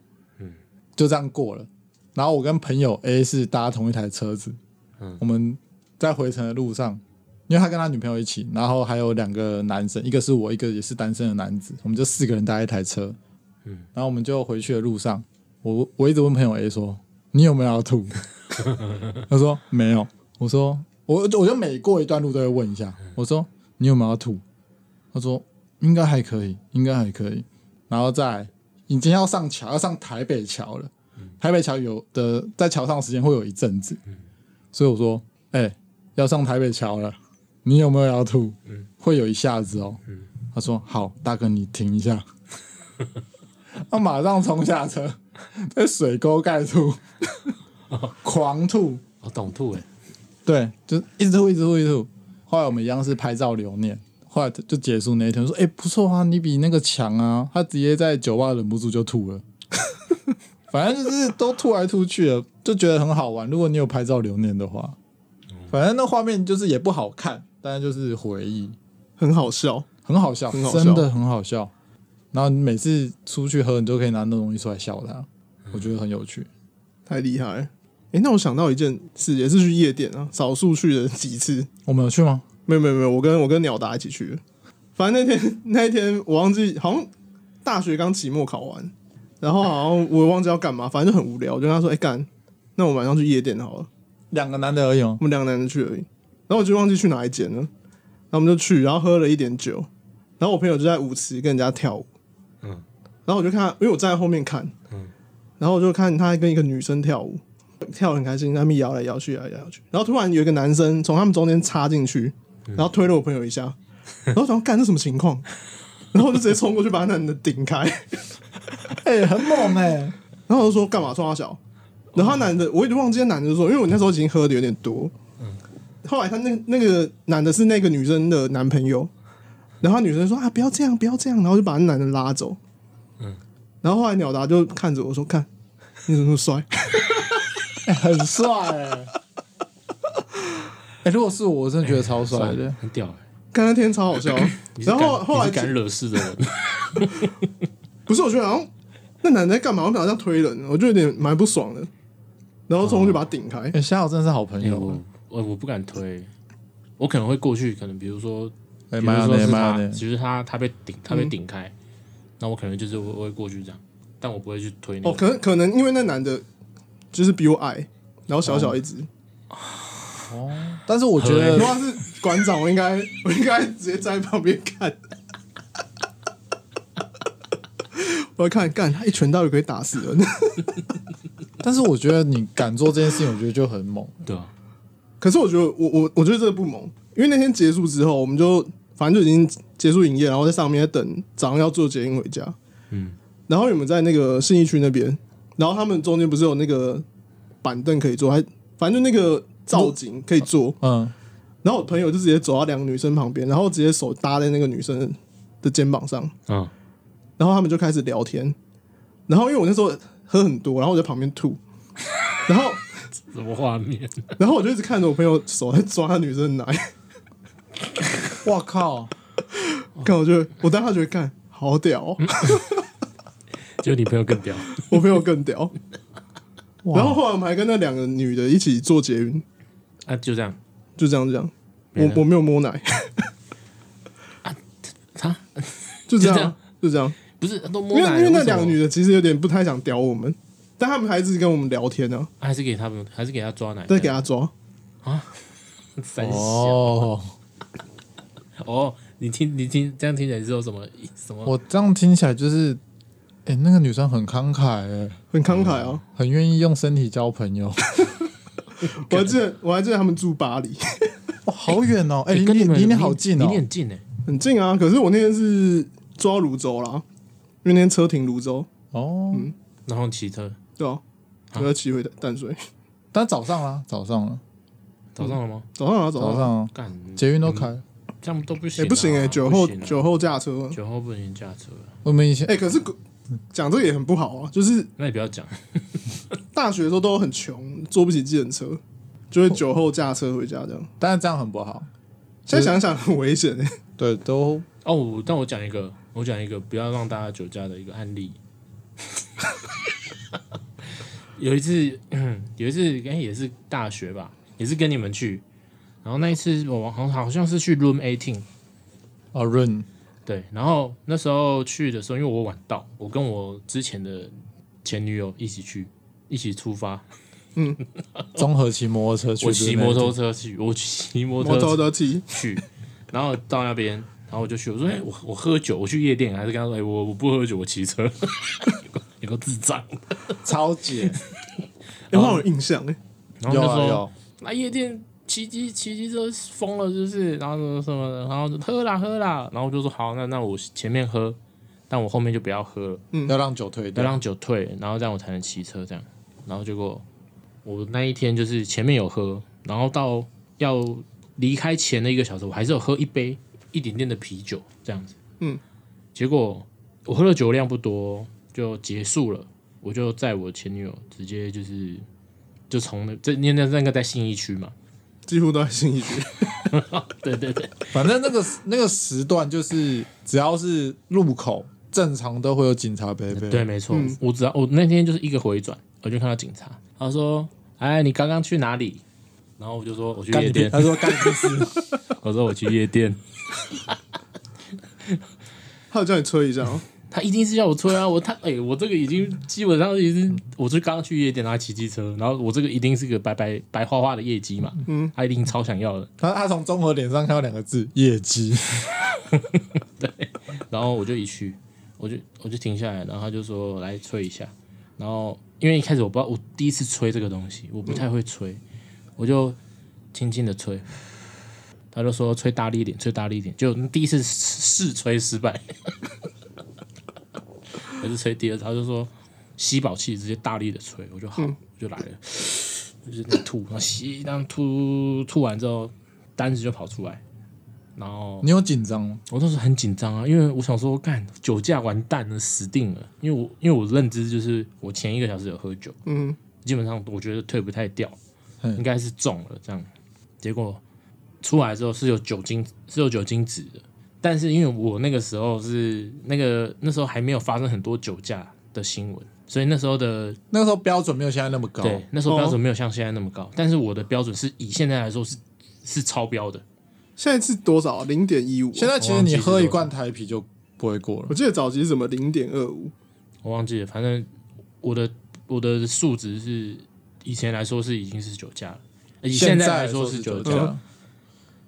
[SPEAKER 2] 就这样过了。然后我跟朋友 A 是搭同一台车子，
[SPEAKER 3] 嗯
[SPEAKER 2] 我们在回程的路上，因为他跟他女朋友一起，然后还有两个男生，一个是我，一个也是单身的男子，我们就四个人搭一台车，
[SPEAKER 3] 嗯
[SPEAKER 2] 然后我们就回去的路上，我我一直问朋友 A 说：“你有没有要吐？” 他说：“没有。”我说：“我我就每过一段路都会问一下。”我说：“你有没有要吐？”他说：“应该还可以，应该还可以。”然后再来已经要上桥，要上台北桥了。台北桥有的在桥上的时间会有一阵子，所以我说：“哎、要上台北桥了，你有没有要吐？”会有一下子哦。他说：“好，大哥，你停一下。”他马上冲下车，在水沟盖吐，狂吐，
[SPEAKER 3] 我、懂吐哎、
[SPEAKER 2] 对，就一直吐，一直吐，一直吐。后来我们一样是拍照留念，后来就结束那一天，说：“哎、不错啊，你比那个强啊！”他直接在酒吧忍不住就吐了， 反正就是都吐来吐去了，就觉得很好玩。如果你有拍照留念的话，反正那画面就是也不好看，但是就是回忆。
[SPEAKER 1] 很好笑。
[SPEAKER 2] 很好笑，
[SPEAKER 1] 很好笑
[SPEAKER 2] 真的很好笑。然后你每次出去喝，你都可以拿那种东西出来笑他，我觉得很有趣。
[SPEAKER 1] 太厉害了！哎、那我想到一件事，也是去夜店啊，少数去了几次。
[SPEAKER 2] 我们有去吗？
[SPEAKER 1] 没有没有没有，我跟我跟鸟达一起去的。反正那天那一天我忘记，好像大学刚期末考完，然后好像我也忘记要干嘛，反正就很无聊，我就跟他说：“哎、干，那我晚上去夜店好了。
[SPEAKER 2] 两个男的而已哦”。
[SPEAKER 1] 我们两个男人去而已，然后我就忘记去哪一间了。然后我们就去，然后喝了一点酒，然后我朋友就在舞池跟人家跳舞，
[SPEAKER 3] 嗯
[SPEAKER 1] 嗯，然后我就看他，因为我站在后面看，
[SPEAKER 3] 嗯
[SPEAKER 1] 嗯，然后我就看他跟一个女生跳舞，跳得很开心，他们摇来摇去，摇来摇去，然后突然有一个男生从他们中间插进去，然后推了我朋友一下，然后我想说干这什么情况，然后我就直接冲过去把那男的顶开，
[SPEAKER 2] 哎、很猛哎、
[SPEAKER 1] 然后我就说干嘛冲他小？然后他男的，我已经忘记那男的说，因为我那时候已经喝的有点多。后来他那那个男的是那个女生的男朋友，然后他女生说啊不要这样不要这样，然后就把那男的拉走。
[SPEAKER 3] 嗯
[SPEAKER 1] 然后后来鸟达就看着我说看你怎么那么帅？
[SPEAKER 2] 哎很帅哎、 哎、如果是我，我真的觉得超帅
[SPEAKER 3] 算
[SPEAKER 2] 的
[SPEAKER 3] 了，。很屌哎、
[SPEAKER 1] 看那天超好笑。
[SPEAKER 3] 你是
[SPEAKER 1] 然
[SPEAKER 3] 敢
[SPEAKER 1] 后后
[SPEAKER 3] 你
[SPEAKER 1] 来
[SPEAKER 3] 是敢惹事的 人，
[SPEAKER 1] 不是我觉得好像那男的在干嘛？我好像推人，我就有点蛮不爽的。然后冲过去把他顶开
[SPEAKER 2] 哎、。夏小真的是好朋
[SPEAKER 3] 哎
[SPEAKER 2] 友
[SPEAKER 3] 我我我不敢推，我可能会过去，可能比如说，
[SPEAKER 2] 哎、
[SPEAKER 3] 比
[SPEAKER 2] 蛮
[SPEAKER 3] 如
[SPEAKER 2] 有
[SPEAKER 3] 说是
[SPEAKER 2] 的，蛮
[SPEAKER 3] 他，
[SPEAKER 2] 有的。
[SPEAKER 3] 其实他他被顶他被顶开，那、我可能就是我我会过去这样，但我不会去推那
[SPEAKER 1] 哦，
[SPEAKER 3] 个。
[SPEAKER 1] 可能可能因为那男的就是比我矮，然后小小一只。
[SPEAKER 2] 但是我觉
[SPEAKER 3] 合
[SPEAKER 2] 得
[SPEAKER 1] 如果他是馆长，我应该我应该直接站在旁边看。我我看干他一拳到底可以打死人，
[SPEAKER 2] 但是我觉得你敢做这件事情，我觉得就很猛。
[SPEAKER 3] 对啊，
[SPEAKER 1] 可是我觉得我我我觉得这个不萌，因为那天结束之后，我们就反正就已经结束营业，然后在上面等早上要坐捷运回家。
[SPEAKER 3] 嗯，
[SPEAKER 1] 然后你们在那个信义区那边，然后他们中间不是有那个板凳可以坐，还反正就那个造景可以坐。
[SPEAKER 2] 嗯，
[SPEAKER 1] 然后我朋友就直接走到两个女生旁边，然后直接手搭在那个女生的肩膀上，
[SPEAKER 3] 嗯，
[SPEAKER 1] 然后他们就开始聊天。然后因为我那时候喝很多，然后我在旁边吐， 然后
[SPEAKER 3] 什么画面？
[SPEAKER 1] 然后我就一直看着我朋友手在抓那女生的奶。
[SPEAKER 2] 哇靠！
[SPEAKER 3] 哦
[SPEAKER 1] 看，我觉得我当下觉得干好屌 哦、
[SPEAKER 3] 就你朋友更屌，
[SPEAKER 1] 我朋友更屌。
[SPEAKER 2] 哇
[SPEAKER 1] 然后后来我们还跟那两个女的一起坐捷运，
[SPEAKER 3] 啊，就这样
[SPEAKER 1] 就这样这样。
[SPEAKER 3] 没
[SPEAKER 1] 我
[SPEAKER 3] 了
[SPEAKER 1] 我没有摸 奶，
[SPEAKER 3] 啊，
[SPEAKER 1] 就这样
[SPEAKER 3] 就这样
[SPEAKER 1] 啊就这样。
[SPEAKER 3] 不是都摸
[SPEAKER 1] 因为
[SPEAKER 3] 奶了，
[SPEAKER 1] 因为那
[SPEAKER 3] 为什
[SPEAKER 1] 两
[SPEAKER 3] 么
[SPEAKER 1] 个女的其实有点不太想屌我们，但他们还是跟我们聊天呢、啊，
[SPEAKER 3] 还是给他们，还是给他抓奶，
[SPEAKER 1] 在给她抓。
[SPEAKER 3] 三小
[SPEAKER 2] 哦，
[SPEAKER 3] 哦你听你听这样听起来是有什么什么？
[SPEAKER 2] 我这样听起来就是，哎、那个女生很慷慨、欸，
[SPEAKER 1] 很慷慨啊！
[SPEAKER 2] 很愿意用身体交朋友。
[SPEAKER 3] 嗯
[SPEAKER 1] 我还记得，我还记得他们住巴黎，
[SPEAKER 2] 哇，好远哦、哎、
[SPEAKER 3] 欸
[SPEAKER 2] 离
[SPEAKER 3] 跟
[SPEAKER 2] 你
[SPEAKER 3] 们
[SPEAKER 2] 离你
[SPEAKER 3] 很
[SPEAKER 2] 好近哦、
[SPEAKER 3] 离你很近哎，
[SPEAKER 1] 很近啊。可是我那天是抓泸州啦，因为那天车停泸州，
[SPEAKER 2] 哦，
[SPEAKER 3] 然后骑车，
[SPEAKER 1] 对啊，我要骑回淡水。
[SPEAKER 2] 但早上啦，早上了，
[SPEAKER 3] 早上了吗？
[SPEAKER 1] 早上啊，早
[SPEAKER 2] 早
[SPEAKER 1] 上啊，
[SPEAKER 2] 上啊嗯
[SPEAKER 3] 干，
[SPEAKER 2] 捷运都开。
[SPEAKER 3] 这样都不行
[SPEAKER 1] 哎
[SPEAKER 3] 啊，
[SPEAKER 1] 不行哎，酒后
[SPEAKER 3] 不行啊
[SPEAKER 1] 酒后驾车，
[SPEAKER 3] 酒后不能驾车啊，
[SPEAKER 2] 我们以前
[SPEAKER 1] 哎，可是讲这个也很不好啊，就是
[SPEAKER 3] 那你不要讲，
[SPEAKER 1] 大学的时候都很穷，坐不起计程车，就会酒后驾车回家这样。
[SPEAKER 2] 但是这样很不好。
[SPEAKER 1] 现在想想很危险、欸，
[SPEAKER 2] 对，都
[SPEAKER 3] 哦，我但我讲一个，我讲一个不要让大家酒驾的一个案例。 有一次， 有一次，哎、也是大学吧，也是跟你们去，然后那一次我好像好像是去 Room Eighteen，
[SPEAKER 2] 啊润
[SPEAKER 3] 对，然后那时候去的时候，因为我晚到，我跟我之前的前女友一起去，一起出发，
[SPEAKER 2] 综合骑摩托车去，
[SPEAKER 3] 我骑摩托车去，我骑摩
[SPEAKER 1] 摩
[SPEAKER 3] 托
[SPEAKER 1] 托
[SPEAKER 3] 车
[SPEAKER 1] 车骑，
[SPEAKER 3] 去，然后到那边，然后我就去，我说，哎、我我喝酒，我去夜店，还是跟他说，哎、我我不喝酒，我骑车， 有个智障。
[SPEAKER 2] 超姐
[SPEAKER 1] 欸我好有印象哎、
[SPEAKER 3] 然后
[SPEAKER 2] 有
[SPEAKER 3] 就
[SPEAKER 2] 啊
[SPEAKER 3] 说
[SPEAKER 2] 有，
[SPEAKER 3] 来夜店骑机骑机车疯了，就是然后什么什么的，然后就喝啦喝啦，然后我就说好，那那我前面喝，但我后面就不要喝了，
[SPEAKER 2] 要让酒退
[SPEAKER 3] 嗯要
[SPEAKER 2] 掉，
[SPEAKER 3] 让酒退，然后这样我才能骑车这样。然后结果我那一天就是前面有喝，然后到要离开前的一个小时，我还是有喝一杯一点点的啤酒这样子。
[SPEAKER 1] 嗯，
[SPEAKER 3] 结果我喝的酒量不多，就结束了。我就载我前女友直接就是就从那这那那那个在信义区嘛，
[SPEAKER 1] 几乎都在新一区。
[SPEAKER 3] 对对对，
[SPEAKER 2] 反正那个那个时段就是只要是路口正常都会有警察贝贝。
[SPEAKER 3] 对，没错，我只要我那天就是一个回转，我就看到警察，他说：“哎，你刚刚去哪里？”然后我就说：“我去
[SPEAKER 2] 干
[SPEAKER 3] 夜
[SPEAKER 2] 你屁
[SPEAKER 3] 店。”
[SPEAKER 2] 他说干你屁 事。
[SPEAKER 3] 我说我去夜店，
[SPEAKER 1] 他有叫你吹一下、哦，
[SPEAKER 3] 他一定是要我吹啊！我他哎、我这个已经基本上已经，我就刚刚去夜店，然后骑机车，然后我这个一定是个白白白花花的业绩嘛，嗯，他一定超想要的。
[SPEAKER 2] 他他从综合脸上看到两个字业绩，
[SPEAKER 3] 然后我就一去，我就我就停下来，然后他就说来吹一下，然后因为一开始我不知道，我第一次吹这个东西，我不太会吹，我就轻轻的吹，他就说吹大力一点，吹大力一点，就第一次试试吹失败，还是吹第二次，他就说吸饱气，直接大力的吹，我就好，我就来了，就是那吐，然后吸，然后吐吐完之后，单子就跑出来，然后
[SPEAKER 2] 你有紧张吗？
[SPEAKER 3] 我当时很紧张啊，因为我想说，干酒驾完蛋了，死定了。因为我因为我认知就是我前一个小时有喝酒，
[SPEAKER 1] 嗯，
[SPEAKER 3] 基本上我觉得退不太掉，
[SPEAKER 2] 嗯
[SPEAKER 3] 应该是中了这样。结果出来之后是有酒精是有酒精值的，但是因为我那个时候是那个那时候还没有发生很多酒驾的新闻，所以那时候的
[SPEAKER 2] 那个时候标准没有现在那么高，
[SPEAKER 3] 对那时候标准没有像现在那么高，但是我的标准是以现在来说是是超标的。
[SPEAKER 1] 现在是多少啊？零点一五。
[SPEAKER 2] 现在其实你喝一罐台啤就不会过
[SPEAKER 1] 我
[SPEAKER 2] 了。
[SPEAKER 1] 记得早期是什么零点二五，
[SPEAKER 3] 我忘记了，反正我的我的数值是以前来说是已经是酒驾了，以现
[SPEAKER 2] 在
[SPEAKER 3] 来
[SPEAKER 2] 说
[SPEAKER 3] 是酒
[SPEAKER 2] 驾
[SPEAKER 3] 驾。
[SPEAKER 2] 了，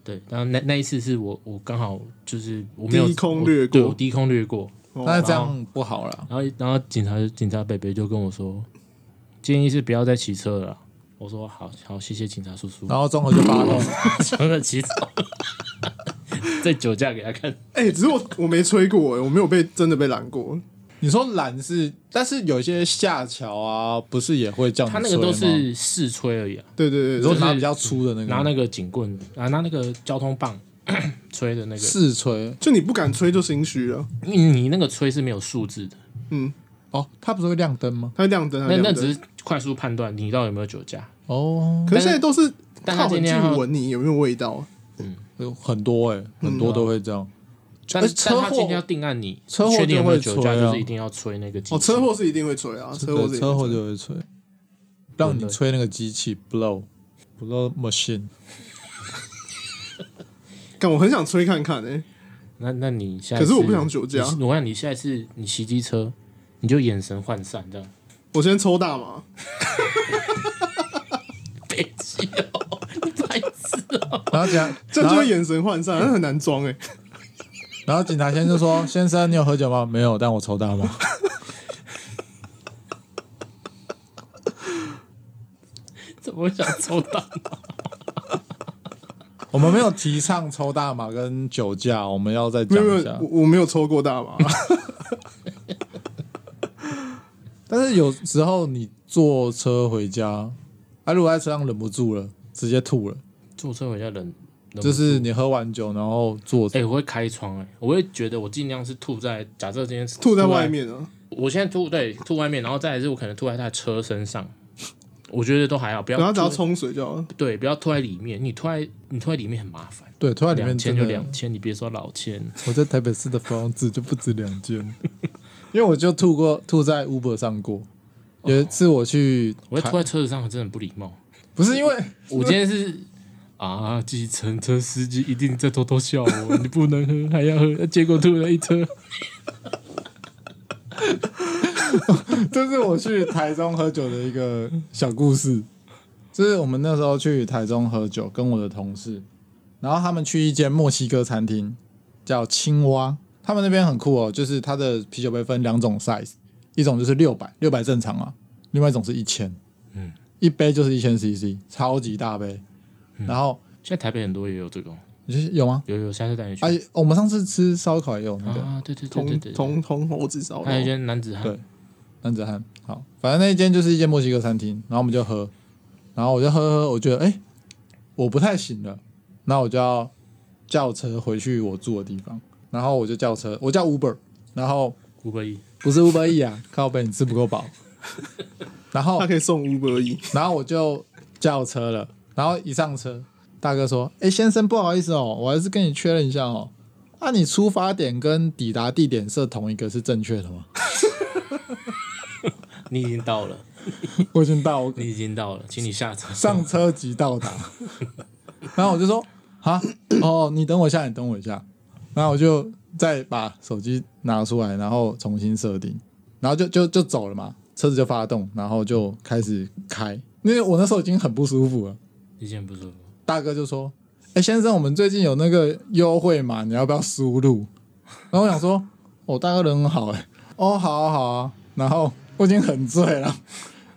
[SPEAKER 3] 对，然后那那一次是我我刚好就是我没有
[SPEAKER 1] 低空掠过
[SPEAKER 3] 我对我低空掠过，
[SPEAKER 1] 哦嗯
[SPEAKER 2] 但是这样不好啦。
[SPEAKER 3] 然后然后警察警察北北就跟我说，建议是不要再骑车了啦。我说好好，谢谢警察叔叔。
[SPEAKER 2] 然后综合就发动，
[SPEAKER 3] 真的 骑走，在酒驾给他看。
[SPEAKER 1] 哎、只是我我没吹过、哎，我没有被真的被拦过。
[SPEAKER 2] 你说懒是，但是有些下桥啊，不是也会叫你
[SPEAKER 3] 他那个都
[SPEAKER 2] 吹吗
[SPEAKER 3] 是试吹而已啊，
[SPEAKER 1] 对对
[SPEAKER 2] 你
[SPEAKER 1] 对
[SPEAKER 2] 说
[SPEAKER 1] 对，
[SPEAKER 2] 拿比较粗的那个吗，
[SPEAKER 3] 拿那个警棍啊，拿那个交通棒 吹的那个。
[SPEAKER 2] 试吹
[SPEAKER 1] 就你不敢吹就心虚了。
[SPEAKER 3] 你你那个吹是没有数字的，
[SPEAKER 1] 嗯，
[SPEAKER 2] 哦，它不是会亮灯吗？
[SPEAKER 1] 他亮灯，他
[SPEAKER 3] 那
[SPEAKER 1] 亮
[SPEAKER 3] 那
[SPEAKER 1] 灯。
[SPEAKER 3] 只是快速判断你到底有没有酒驾。
[SPEAKER 2] 哦，
[SPEAKER 1] 可是现在都是
[SPEAKER 3] 但他
[SPEAKER 1] 靠
[SPEAKER 3] 今
[SPEAKER 1] 很
[SPEAKER 3] 天
[SPEAKER 1] 近
[SPEAKER 3] 要
[SPEAKER 1] 闻你有没有味道啊，
[SPEAKER 2] 有很多哎、很多都会这样。
[SPEAKER 3] 但
[SPEAKER 2] 而
[SPEAKER 3] 但
[SPEAKER 2] 且车祸
[SPEAKER 3] 他今天要定案你，
[SPEAKER 2] 车祸
[SPEAKER 3] 确定有没有
[SPEAKER 2] 就会
[SPEAKER 3] 酒驾，
[SPEAKER 2] 吹啊
[SPEAKER 3] 就是一定要吹那个警
[SPEAKER 1] 哦，
[SPEAKER 3] 器
[SPEAKER 1] 车祸是一定会吹啊，车祸是
[SPEAKER 2] 对
[SPEAKER 1] 一定
[SPEAKER 2] 车祸
[SPEAKER 1] 会吹
[SPEAKER 2] 就会吹，让你吹那个机器 blow blow machine。
[SPEAKER 1] 干，我很想吹看看哎诶、
[SPEAKER 3] 那那你下一
[SPEAKER 1] 可
[SPEAKER 3] 次
[SPEAKER 1] 是我不想酒驾
[SPEAKER 3] 你我看你下一次你骑机车，你就眼神涣散这样。
[SPEAKER 1] 我先抽大麻，
[SPEAKER 3] 别急哦，你白痴哦！
[SPEAKER 2] 然后讲，
[SPEAKER 1] 这样
[SPEAKER 2] 然后
[SPEAKER 1] 就会眼神涣散， 那很难装哎诶、
[SPEAKER 2] 然后警察先生就说：“先生，你有喝酒吗？没有，但我抽大麻。
[SPEAKER 3] 怎么会想抽到？
[SPEAKER 2] 我们没有提倡抽大麻跟酒驾，我们要再
[SPEAKER 1] 没
[SPEAKER 2] 讲
[SPEAKER 1] 有没
[SPEAKER 2] 一
[SPEAKER 1] 有
[SPEAKER 2] 下，。
[SPEAKER 1] 我我没有抽过大 麻，
[SPEAKER 2] 但是有时候你坐车回家，啊，如果在车上忍不住了，直接吐了，
[SPEAKER 3] 坐车回家忍，忍
[SPEAKER 2] 就
[SPEAKER 3] 不
[SPEAKER 2] 是你喝完酒然后坐
[SPEAKER 3] 哎、我会开窗哎、我会觉得我尽量是吐在，假设今天是
[SPEAKER 1] 吐在外，面啊。
[SPEAKER 3] 我现在吐对吐外面，然后再来是我可能吐在他的车身上，我觉得都还好，不要
[SPEAKER 1] 然后只要
[SPEAKER 3] 啊吐
[SPEAKER 1] 冲水就好了。
[SPEAKER 3] 对，不要吐在里面，你吐在你吐在里面很麻烦，
[SPEAKER 2] 对，突然里面
[SPEAKER 3] 两
[SPEAKER 2] 真
[SPEAKER 3] 千
[SPEAKER 2] 的
[SPEAKER 3] 就两千，你别说老千，
[SPEAKER 2] 我在台北市的房子就不止两间， 因为我就吐过吐在 Uber 上过。有一次我去台，
[SPEAKER 3] 哦我会吐在车子上，真的很不礼貌。
[SPEAKER 2] 不是因为
[SPEAKER 3] 我今天是啊，计程车司机一定在偷偷笑我，你不能喝还要喝，结果吐了一车。
[SPEAKER 2] 这是我去台中喝酒的一个小故事。就是我们那时候去台中喝酒，跟我的同事，然后他们去一间墨西哥餐厅，叫青蛙。他们那边很酷哦，就是它的啤酒杯分两种 size，一种就是六百，六百正常啊，另外一种是一千，嗯
[SPEAKER 3] 嗯，
[SPEAKER 2] 一杯就是一千 CC，超级大杯。然后
[SPEAKER 3] 现在台北很多也有这种，
[SPEAKER 2] 你就是有吗？
[SPEAKER 3] 有有，下次带你去。
[SPEAKER 2] 哎，我们上次吃烧烤也有那个，
[SPEAKER 3] 啊，对对对对
[SPEAKER 1] 同
[SPEAKER 3] 对，
[SPEAKER 1] 同同猴子烧肉，
[SPEAKER 3] 还有一些男子汉，
[SPEAKER 2] 对男子汉。好，反正那一间就是一间墨西哥餐厅，然后我们就喝，然后我就喝喝，我觉得哎、诶我不太行了，那我就要叫车回去我住的地方，然后我就叫车，我叫 Uber，然后
[SPEAKER 3] 五百一，
[SPEAKER 2] 不是 Uber E 啊，靠背你吃不够 饱，然后
[SPEAKER 1] 他可以送五百亿。
[SPEAKER 2] 然后我就叫车了，然后一上车，大哥说：“哎、先生，不好意思哦，我还是跟你确认一下哦，那、你出发点跟抵达地点设同一个是正确的吗
[SPEAKER 3] 你已经到了，？”
[SPEAKER 2] 我已经到，我
[SPEAKER 3] 你已经到了，请你下车。
[SPEAKER 2] 上车即到达。然后我就说：“啊，哦，你等我一下，你等我一下。”然后我就再把手机拿出来，然后重新设定，然后就就就走了嘛，车子就发动，然后就开始开，因为我那时候已经很不舒服了。
[SPEAKER 3] 意见不舒服，
[SPEAKER 2] 大哥就说：“哎、先生，我们最近有那个优惠嘛，你要不要输入？”然后我想说：“哦，大哥人很好哎、哦，好啊好啊。”然后我已经很醉了，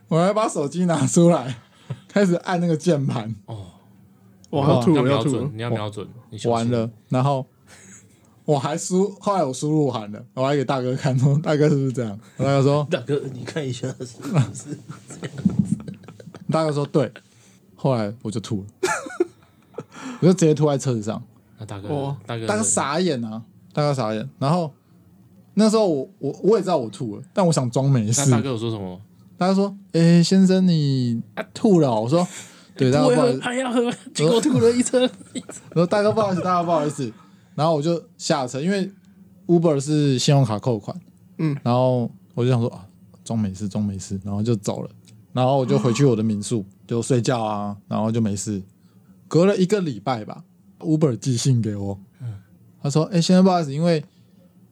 [SPEAKER 2] 我还把手机拿出来，开始按那个键盘，
[SPEAKER 1] 哇，要吐
[SPEAKER 3] 你要
[SPEAKER 1] 了，
[SPEAKER 3] 瞄
[SPEAKER 1] 要吐
[SPEAKER 3] 准
[SPEAKER 1] 了，！
[SPEAKER 3] 你要瞄准，你小心
[SPEAKER 2] 完。了，然后我还输，后来我输入完了，我还给大哥看，说大哥是不是这样？我大哥说
[SPEAKER 3] 大哥，你看一下是不是？：“
[SPEAKER 2] 大哥说对。”后来我就吐了， 我就直接吐在车子上。
[SPEAKER 3] 那大哥
[SPEAKER 1] 哇，
[SPEAKER 3] 大哥，
[SPEAKER 2] 大概，傻眼啊，大概傻眼。然后那时候我我我也知道我吐了，但我想装没
[SPEAKER 3] 那
[SPEAKER 2] 事。
[SPEAKER 3] 大哥有啊说什么？
[SPEAKER 2] 大家说：“哎、先生你吐了哦、我说：“对，大
[SPEAKER 3] 不
[SPEAKER 2] 哥
[SPEAKER 3] 会
[SPEAKER 2] 不好意思。
[SPEAKER 3] 喝还要喝， 结果吐了一车。
[SPEAKER 2] 我说：“大哥不好意思，大哥不好意思。”然后我就下车，因为 Uber 是信用卡扣款，
[SPEAKER 1] 嗯，
[SPEAKER 2] 然后我就想说啊，装没事，装没事，然后就走了。然后我就回去我的民宿，就睡觉啊，然后就没事。隔了一个礼拜吧，Uber 寄信给我，他说：“哎、先生，不好意思，因为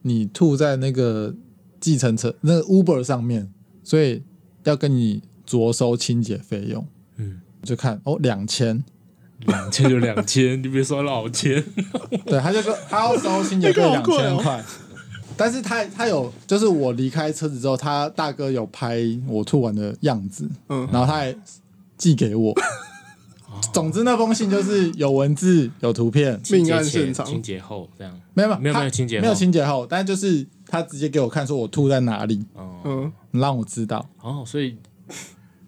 [SPEAKER 2] 你吐在那个计程车那个 Uber 上面，所以要跟你酌收清洁费用。”
[SPEAKER 3] 嗯，
[SPEAKER 2] 就看哦，两千，
[SPEAKER 3] 两千就两千，你别说老千。
[SPEAKER 2] 对，他就说他要收清洁费
[SPEAKER 1] 那个好
[SPEAKER 2] 两
[SPEAKER 1] 贵
[SPEAKER 2] 千
[SPEAKER 1] 哦
[SPEAKER 2] 块，但是他他有，就是我离开车子之后，他大哥有拍我吐完的样子，
[SPEAKER 1] 嗯
[SPEAKER 2] 然后他还寄给我。总之那封信就是有文字有图片，
[SPEAKER 1] 命案
[SPEAKER 3] 清洁前
[SPEAKER 1] 现场
[SPEAKER 3] 清洁后这样，
[SPEAKER 2] 没有
[SPEAKER 3] 没有
[SPEAKER 2] 他
[SPEAKER 3] 没有清洁后
[SPEAKER 2] 没有清洁后，但就是他直接给我看说我吐在哪里，
[SPEAKER 3] 哦
[SPEAKER 1] 嗯，
[SPEAKER 2] 让我知道。
[SPEAKER 3] 哦，所以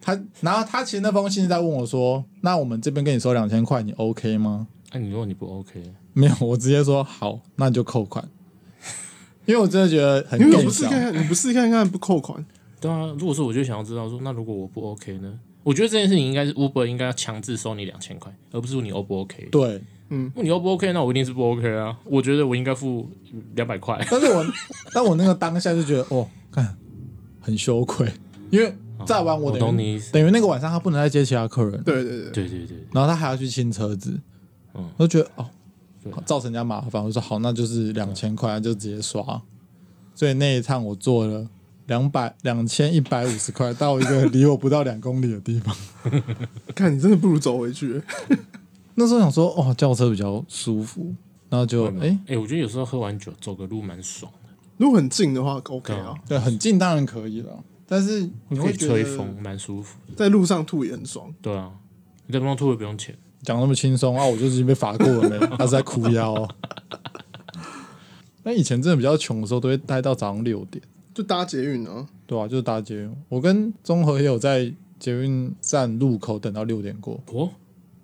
[SPEAKER 2] 他然后他其实那封信是在问我说，那我们这边跟你收两千块，你 OK 吗？
[SPEAKER 3] 那啊你如果你不 OK，
[SPEAKER 2] 没有，我直接说好，那你就扣款，因为我真的觉得很
[SPEAKER 1] 你为什么
[SPEAKER 2] 更
[SPEAKER 1] 不试
[SPEAKER 2] 小。
[SPEAKER 1] 看看？你不试看看不扣款？
[SPEAKER 3] 对啊，如果是我就想要知道说，那如果我不 OK 呢？我觉得这件事情应该是 Uber 应该要强制收你两千块，而不是说你 O 不 OK。
[SPEAKER 2] 对，
[SPEAKER 3] 你 O 不 OK，那我一定是不 OK 啊！我觉得我应该付两百块。
[SPEAKER 2] 但是我但我那个当下就觉得，哦，看很羞愧，因为再晚我
[SPEAKER 3] 哦
[SPEAKER 2] 等
[SPEAKER 3] 我懂
[SPEAKER 2] 于
[SPEAKER 3] 你意思。
[SPEAKER 2] 等于那个晚上他不能再接其他客人，
[SPEAKER 1] 对对对，
[SPEAKER 3] 对对对，
[SPEAKER 2] 然后他还要去清车子，
[SPEAKER 3] 嗯
[SPEAKER 2] 我就觉得哦
[SPEAKER 3] 对啊，
[SPEAKER 2] 造成人家麻烦，我说好，那就是两千块就直接刷，所以那一趟我做了。两百两千一百五十块到一个离我不到两公里的地方，
[SPEAKER 1] 看你真的不如走回去。
[SPEAKER 2] 那时候想说哦，轿车比较舒服，然后就哎、
[SPEAKER 3] 哎、我觉得有时候喝完酒走个路蛮爽的，
[SPEAKER 1] 如果很近的话，OK
[SPEAKER 3] 对啊
[SPEAKER 1] 啊，
[SPEAKER 2] 对，很近当然可以了，但是你
[SPEAKER 3] 可
[SPEAKER 2] 会
[SPEAKER 3] 以
[SPEAKER 2] 觉
[SPEAKER 3] 吹
[SPEAKER 2] 得
[SPEAKER 3] 风，蛮舒服的。
[SPEAKER 1] 在路上吐也很爽。
[SPEAKER 3] 对啊，你在路上吐也不用钱。
[SPEAKER 2] 讲那么轻松啊，我就已经被罚过 了没？他是在哭腰、哦。但以前真的比较穷的时候，都会待到早上六点，
[SPEAKER 1] 就搭捷运啊，
[SPEAKER 2] 对吧、就是搭捷运。我跟综合也有在捷运站路口等到六点过。
[SPEAKER 3] 哦，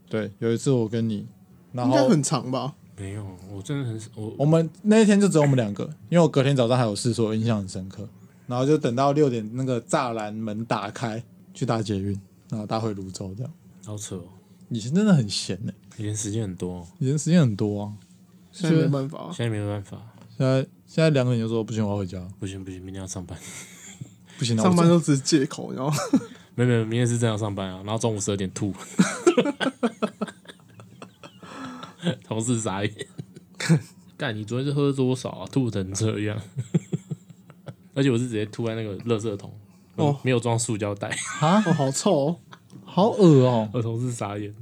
[SPEAKER 2] 对，有一次我跟你，然
[SPEAKER 1] 应该
[SPEAKER 2] 后
[SPEAKER 1] 很长吧？
[SPEAKER 3] 没有，我真的很少我哦
[SPEAKER 2] 我们那一天就只有我们两个，因为我隔天早上还有事，所以我印象很深刻。然后就等到六点，那个栅栏门打开，去搭捷运，然后搭回泸州这样。
[SPEAKER 3] 好扯、哦，
[SPEAKER 2] 以前真的很闲呢、
[SPEAKER 3] 以前时间很多、哦，
[SPEAKER 2] 以前时间很多啊。
[SPEAKER 1] 现在没办法、
[SPEAKER 3] 现在没有办法，
[SPEAKER 2] 现在现在两个人就说不行，我要回家，
[SPEAKER 3] 不行不行，明天要上班。
[SPEAKER 2] 不行，那我
[SPEAKER 1] 啊上班
[SPEAKER 2] 走
[SPEAKER 1] 都只是借口，然后
[SPEAKER 3] 没有没有，明天是正常上班啊，然后中午十二点吐， 同事傻眼。 干，你昨天是喝多少啊？吐成这样， 而且我是直接吐在那个垃圾桶，
[SPEAKER 1] 哦
[SPEAKER 3] 没有装塑胶袋。
[SPEAKER 2] 啊，
[SPEAKER 1] 哦，好臭哦！
[SPEAKER 2] 好恶哦、
[SPEAKER 3] 我同事傻眼，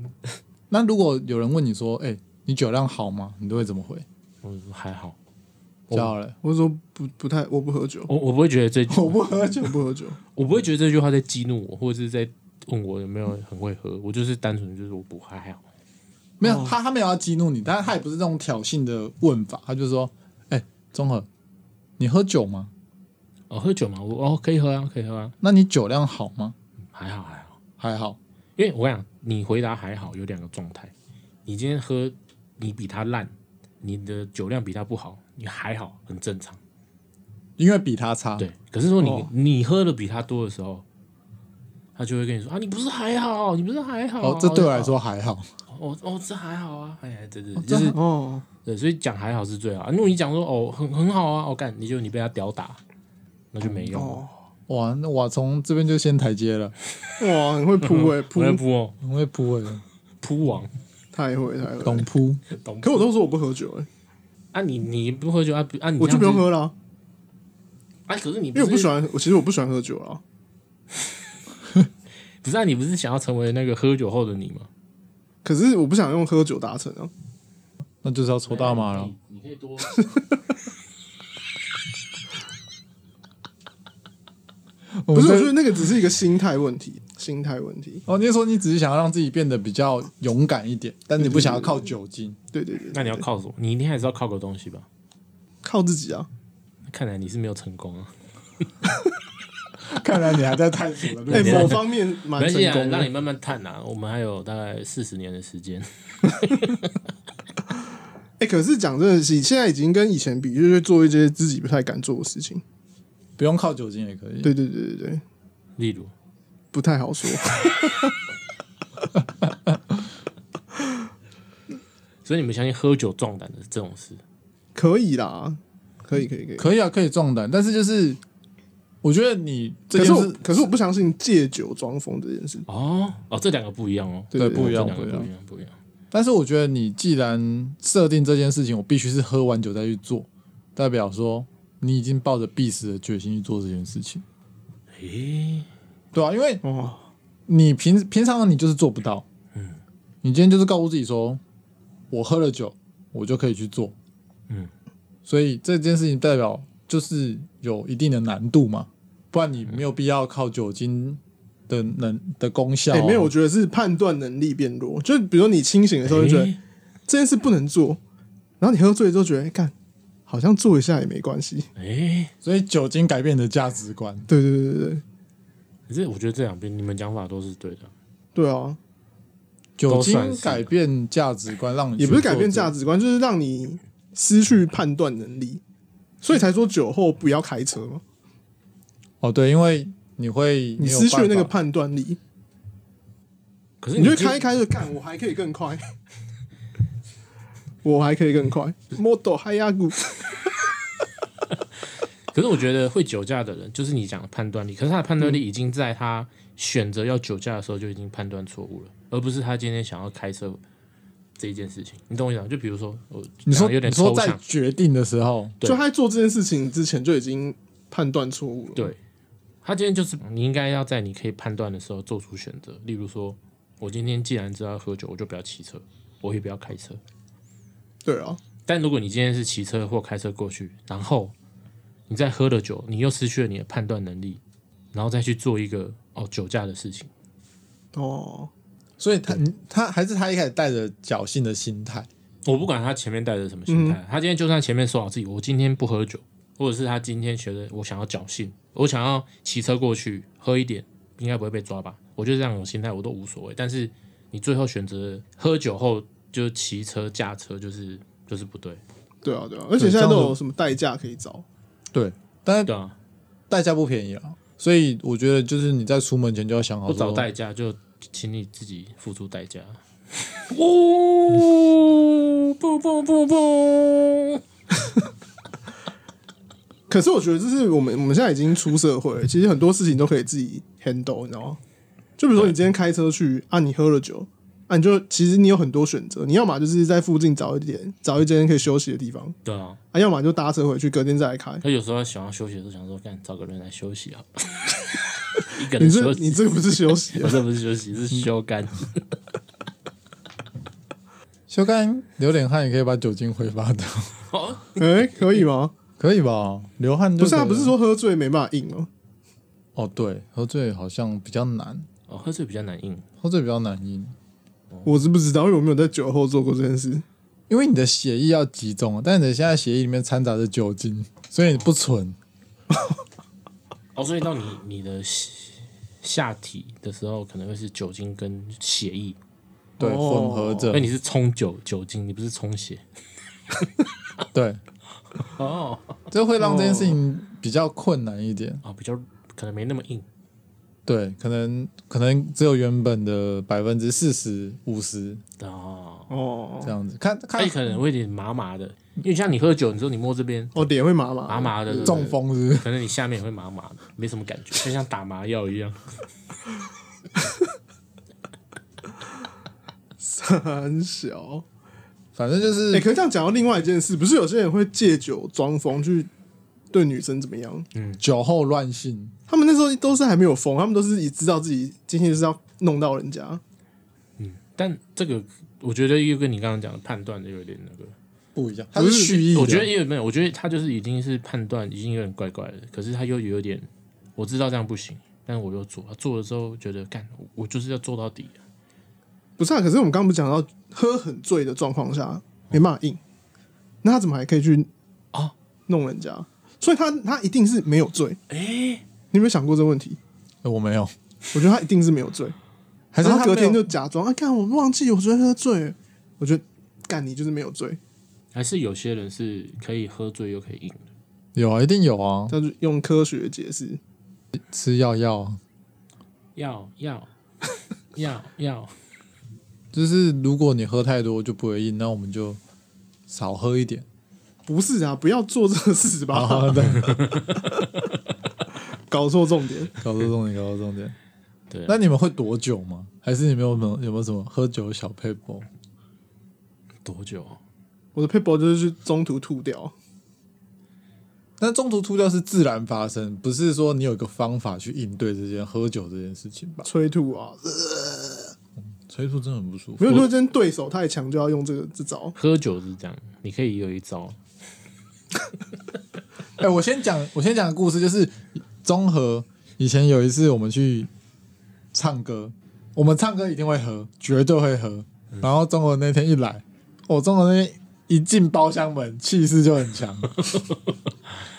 [SPEAKER 2] 那如果有人问你说，哎、你酒量好吗？你都会怎么回？
[SPEAKER 3] 我说还好，我
[SPEAKER 2] 笑了，
[SPEAKER 1] 我说不不太，我不喝酒，
[SPEAKER 3] 我我不会觉得这句，
[SPEAKER 2] 我不喝酒
[SPEAKER 1] 我不喝酒。
[SPEAKER 3] 哦
[SPEAKER 1] 哦
[SPEAKER 3] 我不会觉得这句话在激怒我，或者是在问我有没有很会喝。我就是单纯就是我不还好，
[SPEAKER 2] 没有他，他没有要激怒你，但是他也不是这种挑衅的问法，他就说，哎、综合，你喝酒吗？
[SPEAKER 3] 哦，喝酒嘛，我哦可以喝啊，可以喝啊，
[SPEAKER 2] 那你酒量好吗？
[SPEAKER 3] 还好还好。
[SPEAKER 2] 还好，
[SPEAKER 3] 因为我跟你讲，你回答还好，有两个状态：你今天喝，你比他烂，你的酒量比他不好，你还好，很正常。
[SPEAKER 2] 因为比他差，
[SPEAKER 3] 对，可是说你、
[SPEAKER 1] 啊哦
[SPEAKER 3] 你喝的比他多的时候，他就会跟你说啊，你不是还好，你不是还好。
[SPEAKER 2] 哦，这对我来，说还好，
[SPEAKER 3] 哦哦，这还好啊，哎，对对，
[SPEAKER 2] 哦
[SPEAKER 3] 就是
[SPEAKER 1] 哦，
[SPEAKER 3] 对，所以讲还好是最好。如果你讲说哦很很好啊，我、哦、干，你就你被他屌打，那就没用了。
[SPEAKER 1] 哦，
[SPEAKER 2] 哇，那我从这边就先台阶了，
[SPEAKER 1] 哇，很会扑哎、
[SPEAKER 3] 我在
[SPEAKER 1] 扑
[SPEAKER 3] 扑哦，
[SPEAKER 2] 很会扑哎、
[SPEAKER 3] 扑王，
[SPEAKER 1] 太会太会。
[SPEAKER 2] 懂扑，
[SPEAKER 3] 懂
[SPEAKER 1] 可我都说我不喝酒哎、
[SPEAKER 3] 啊你你不喝酒啊不啊你
[SPEAKER 1] 我就不用
[SPEAKER 3] 这
[SPEAKER 1] 喝
[SPEAKER 3] 样
[SPEAKER 1] 啦、
[SPEAKER 3] 子啊，可是你
[SPEAKER 1] 因为我不
[SPEAKER 3] 是
[SPEAKER 1] 喜欢，我其实我不喜欢喝酒啦。
[SPEAKER 3] 不是啊，你不是想要成为那个喝酒后的你吗？
[SPEAKER 1] 可是我不想用喝酒达成啊。
[SPEAKER 2] 那就是要抽大 麻了。
[SPEAKER 3] 哎你你可以多
[SPEAKER 2] 不
[SPEAKER 1] 不是，我觉得那个只是一个心态问题，心态问题。
[SPEAKER 2] 哦，你是说你只是想要让自己变得比较勇敢一点，但你不想要靠酒精，
[SPEAKER 1] 对对对，
[SPEAKER 3] 那你要靠什么？你一定还是要靠个东西吧？
[SPEAKER 1] 靠自己啊！
[SPEAKER 3] 看来你是没有成功啊，
[SPEAKER 2] 看来你还在探索的路
[SPEAKER 1] 哎、
[SPEAKER 2] 上。
[SPEAKER 1] 某方面蛮
[SPEAKER 3] 没
[SPEAKER 1] 成
[SPEAKER 3] 系啊，
[SPEAKER 1] 功
[SPEAKER 3] 让你
[SPEAKER 1] 的。
[SPEAKER 3] 慢慢探啊。我们还有大概四十年的时间，
[SPEAKER 1] 哎、可是讲真的是，现在已经跟以前比，就是做一些自己不太敢做的事情。
[SPEAKER 2] 不用靠酒精也可以。，
[SPEAKER 1] 对对对对对，
[SPEAKER 3] 例如
[SPEAKER 1] 不太好说。
[SPEAKER 3] 所以你们相信喝酒壮胆的这种事，
[SPEAKER 1] 可以啦，可以可以可以。
[SPEAKER 2] 可以啊，可以壮胆，但是就是我觉得你这
[SPEAKER 1] 可是
[SPEAKER 2] 件
[SPEAKER 1] 我
[SPEAKER 2] 事，
[SPEAKER 1] 可是我不相信借酒装疯这件事。
[SPEAKER 3] 哦哦，这两个不一样哦，
[SPEAKER 1] 对
[SPEAKER 2] 对
[SPEAKER 1] 对
[SPEAKER 2] 不一样
[SPEAKER 3] 这两
[SPEAKER 2] 不
[SPEAKER 3] 个
[SPEAKER 2] 一
[SPEAKER 3] 不
[SPEAKER 2] 样
[SPEAKER 3] 一。样，不一样。
[SPEAKER 2] 但是我觉得你既然设定这件事情，我必须是喝完酒再去做，代表说你已经抱着必死的决心去做这件事情，
[SPEAKER 3] 诶，
[SPEAKER 2] 对啊，因为
[SPEAKER 1] 哦，
[SPEAKER 2] 你平平常你就是做不到，嗯，你今天就是告诉自己说，我喝了酒，我就可以去做，
[SPEAKER 3] 嗯，
[SPEAKER 2] 所以这件事情代表就是有一定的难度嘛，不然你没有必要靠酒精的能的功效、啊
[SPEAKER 1] 哎、没有，我，觉得是判断能力变弱。就比如说你清醒的时候就觉得、
[SPEAKER 3] 诶
[SPEAKER 1] 这件事不能做，然后你喝醉之后觉得，哎干、好像做一下也没关系。
[SPEAKER 3] 哎诶，
[SPEAKER 2] 所以酒精改变你的价值观。
[SPEAKER 1] 对对对对对，
[SPEAKER 3] 可是我觉得这两边你们讲法都是对的。
[SPEAKER 1] 对啊，
[SPEAKER 2] 酒
[SPEAKER 3] 都算
[SPEAKER 2] 精
[SPEAKER 3] 是
[SPEAKER 2] 改变价值观，让你
[SPEAKER 1] 也不是改变
[SPEAKER 2] 值。
[SPEAKER 1] 价值观，就是让你失去判断能力，所以才说酒后不要开车嘛。
[SPEAKER 2] 哦，对，因为你会
[SPEAKER 1] 你
[SPEAKER 2] 没有
[SPEAKER 1] 失去了那个
[SPEAKER 2] 办法
[SPEAKER 1] 判断力，
[SPEAKER 3] 可是
[SPEAKER 1] 你就
[SPEAKER 3] 这
[SPEAKER 1] 开一开就干，我还可以更快， 我还可以更快。Model 嗨呀股，
[SPEAKER 3] 可是我觉得会酒驾的人，就是你讲的判断力，可是他的判断力已经在他选择要酒驾的时候就已经判断错误了，而不是他今天想要开车这一件事情。你懂我意思吗？就比如说，我
[SPEAKER 2] 你说
[SPEAKER 3] 讲得有点
[SPEAKER 2] 你说
[SPEAKER 3] 抽
[SPEAKER 2] 在
[SPEAKER 3] 象，
[SPEAKER 2] 决定的时候，
[SPEAKER 3] 对
[SPEAKER 1] 就他在做这件事情之前就已经判断错误了。
[SPEAKER 3] 对他今天就是你应该要在你可以判断的时候做出选择。例如说，我今天既然知道要喝酒，我就不要骑车，我也不要开车。
[SPEAKER 1] 对啊，
[SPEAKER 3] 但如果你今天是骑车或开车过去，然后你再喝了酒，你又失去了你的判断能力，然后再去做一个哦酒驾的事情。
[SPEAKER 1] 哦，
[SPEAKER 2] 所以他你他还是他一开始带着侥幸的心态，
[SPEAKER 3] 我不管他前面带着什么心态，他今天就算前面说好自己，我今天不喝酒，或者是他今天觉得我想要侥幸，我想要骑车过去喝一点，应该不会被抓吧？我就这样有心态，我都无所谓。但是你最后选择喝酒后就骑车驾车，就是就是不对，
[SPEAKER 1] 对啊，对啊，而且现在都有什么代驾可以找？
[SPEAKER 2] 对，但是
[SPEAKER 3] 对啊，
[SPEAKER 2] 代价不便宜啊。所以我觉得就是你在出门前就要想好，
[SPEAKER 3] 不找代价就请你自己付出代价。哦，不不不不，
[SPEAKER 1] 可是我觉得这是我们我们现在已经出社会了，其实很多事情都可以自己 handle，你知道吗？就比如说你今天开车去啊，你喝了酒啊，你就其实你有很多选择，你要么就是在附近找一点找一间可以休息的地方
[SPEAKER 3] 对啊，
[SPEAKER 1] 啊，要么就搭车回去，隔天再来开。
[SPEAKER 3] 他有时候想要休息的时候，想说干找个人来休息啊， 一个
[SPEAKER 1] 你
[SPEAKER 3] 人
[SPEAKER 1] 这
[SPEAKER 3] 休息。
[SPEAKER 1] 你这个不是休息
[SPEAKER 3] 我
[SPEAKER 1] 啊，
[SPEAKER 3] 这 不是休息，是休肝。
[SPEAKER 2] 修干流点汗也可以把酒精挥发掉，
[SPEAKER 1] 哎、可以 吗？
[SPEAKER 2] 可以吧？流汗就
[SPEAKER 1] 不是啊，
[SPEAKER 2] 可以
[SPEAKER 1] 不
[SPEAKER 2] 了
[SPEAKER 1] 是说喝醉没办法硬哦、
[SPEAKER 2] 哦，对，喝醉好像比较难，
[SPEAKER 3] 哦，喝醉比较难硬。
[SPEAKER 2] 喝醉比较难赢，
[SPEAKER 1] 我是不知道，因为我没有在酒后做过这件事。
[SPEAKER 2] 因为你的血液要集中，但你的现在血液里面掺杂着酒精，所以你不纯。
[SPEAKER 3] 哦，所以到你你的下下体的时候，可能会是酒精跟血液，
[SPEAKER 2] 对，
[SPEAKER 1] 哦
[SPEAKER 2] 混合着
[SPEAKER 3] 那，你是冲酒酒精，你不是冲血。
[SPEAKER 2] 对，
[SPEAKER 3] 哦
[SPEAKER 2] 这会让这件事情比较困难一点。
[SPEAKER 3] 哦，比较可能没那么硬。
[SPEAKER 2] 对，可能可能只有原本的百分之四十、五十
[SPEAKER 3] 哦，
[SPEAKER 1] 哦
[SPEAKER 2] 这样子，看
[SPEAKER 3] 它
[SPEAKER 2] 看
[SPEAKER 1] 哎
[SPEAKER 3] 也可能会有点麻麻的，因为像你喝酒，你说你摸这边
[SPEAKER 1] 哦，脸会麻麻
[SPEAKER 3] 麻麻的，对不对
[SPEAKER 2] 中，风是不是？
[SPEAKER 3] 可能你下面也会麻麻的，没什么感觉，就像打麻药一样。
[SPEAKER 1] 很小。
[SPEAKER 2] 反正就是
[SPEAKER 1] 哎、可是这样讲到另外一件事，不是有些人会借酒装疯去对女生怎么样？
[SPEAKER 2] 酒后乱性，
[SPEAKER 1] 他们那时候都是还没有疯，他们都是已知道自己今天就是要弄到人家。
[SPEAKER 3] 但这个我觉得又跟你刚刚讲的判断的有点那个。
[SPEAKER 2] 不一样，它是蓄意的。
[SPEAKER 3] 我觉得因为没有，我觉得他就是已经是判断已经有点怪怪的，可是他又有点，我知道这样不行，但我又做，做了之后觉得干，我我就是要做到底、啊
[SPEAKER 1] 不是啊，可是我们刚刚不是讲到喝很醉的状况下没办法硬，那他怎么还可以去
[SPEAKER 2] 哦
[SPEAKER 3] 啊
[SPEAKER 1] 弄人家？所以他他一定是没有醉。哎、你有没有想过这个问题？
[SPEAKER 2] 呃我没有，
[SPEAKER 1] 我觉得他一定是没有醉，
[SPEAKER 2] 还是
[SPEAKER 1] 然后他隔
[SPEAKER 2] 没有
[SPEAKER 1] 天就假装啊，干我忘记我昨天喝醉了，我觉得干你就是没有醉，
[SPEAKER 3] 还是有些人是可以喝醉又可以硬的，
[SPEAKER 2] 有啊，一定有啊，
[SPEAKER 1] 他就用科学解释。
[SPEAKER 2] 吃药药啊，
[SPEAKER 3] 要要要要，
[SPEAKER 2] 就是如果你喝太多就不会硬，那我们就少喝一 点。
[SPEAKER 1] 不是啊，不要做这个事吧，
[SPEAKER 2] 啊，对，
[SPEAKER 1] 搞错重点。
[SPEAKER 2] 搞错重点，搞错重点。
[SPEAKER 3] 对啊
[SPEAKER 2] 那你们会躲酒吗？还是你们有没有有没有什么喝酒的小 paper？
[SPEAKER 3] 多久？
[SPEAKER 1] 我的 paper 就是去中途吐掉，
[SPEAKER 2] 但中途吐掉是自然发生，不是说你有一个方法去应对这件喝酒这件事情吧？
[SPEAKER 1] 催吐啊，呃
[SPEAKER 2] 催吐真的很不舒服。
[SPEAKER 1] 没有如果真对手太强，就要用这个这招。
[SPEAKER 3] 喝酒是这样，你可以有一招，
[SPEAKER 2] 哎、我先讲，我先讲个故事，就是综合以前有一次我们去唱歌，我们唱歌一定会喝，绝对会喝。
[SPEAKER 3] 嗯
[SPEAKER 2] 然后综合那天一来，我、综合那天一进包厢门，气势就很 强。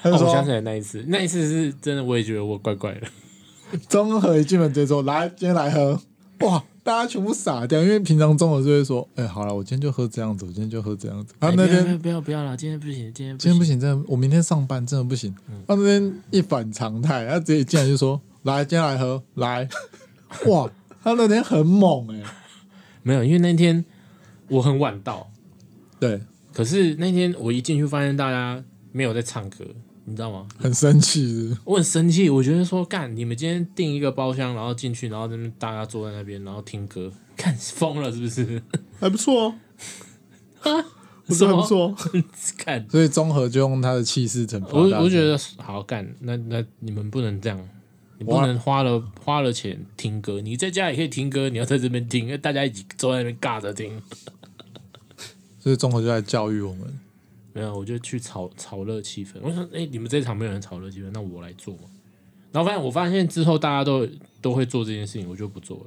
[SPEAKER 2] 他就
[SPEAKER 3] 哦我想起
[SPEAKER 2] 说，
[SPEAKER 3] 来那一次，那一次是真的，我也觉得我怪怪的。
[SPEAKER 2] 综合一进门直接说：“来，今天来喝。”哇，大家全部傻掉，因为平常综合就会说：“哎、好了，我今天就喝这样子，我今天就喝这样子。”然啊后那天
[SPEAKER 3] 哎不要不要了，今天不行，今天不
[SPEAKER 2] 今天
[SPEAKER 3] 行
[SPEAKER 2] 不。行，真的，我明天上班真的不行。
[SPEAKER 3] 嗯
[SPEAKER 2] 他那边一反常态，他直接进来就说：“来，今天来喝，来。” 哇，他那天很猛哎、
[SPEAKER 3] 没有，因为那天我很晚到，
[SPEAKER 2] 对，
[SPEAKER 3] 可是那天我一进去发现大家没有在唱歌，你知道吗？
[SPEAKER 2] 很生气是不是
[SPEAKER 3] 我很生气，我觉得说干，你们今天订一个包厢，然后进去，然后在那边大家坐在那边，然后听歌，看疯了是不是？
[SPEAKER 1] 还不错 哦，我
[SPEAKER 3] 什
[SPEAKER 1] 觉得
[SPEAKER 3] 么
[SPEAKER 1] 还不错哦。
[SPEAKER 3] 干，
[SPEAKER 2] 所以综合就用他的气势惩罚
[SPEAKER 3] 我
[SPEAKER 2] 大家
[SPEAKER 3] 我觉得好干，那那你们不能这样，你不
[SPEAKER 2] 哇
[SPEAKER 3] 能花了花了钱听歌，你在家也可以听歌，你要在这边听，因为大家一起坐在那边尬着听。
[SPEAKER 2] 所以综合就在教育我们。
[SPEAKER 3] 没有，我就去炒炒热气氛。我想，哎、你们这场没有人炒热气氛，那我来做嘛。然后发现，我发现之后大家都都会做这件事情，我就不做了。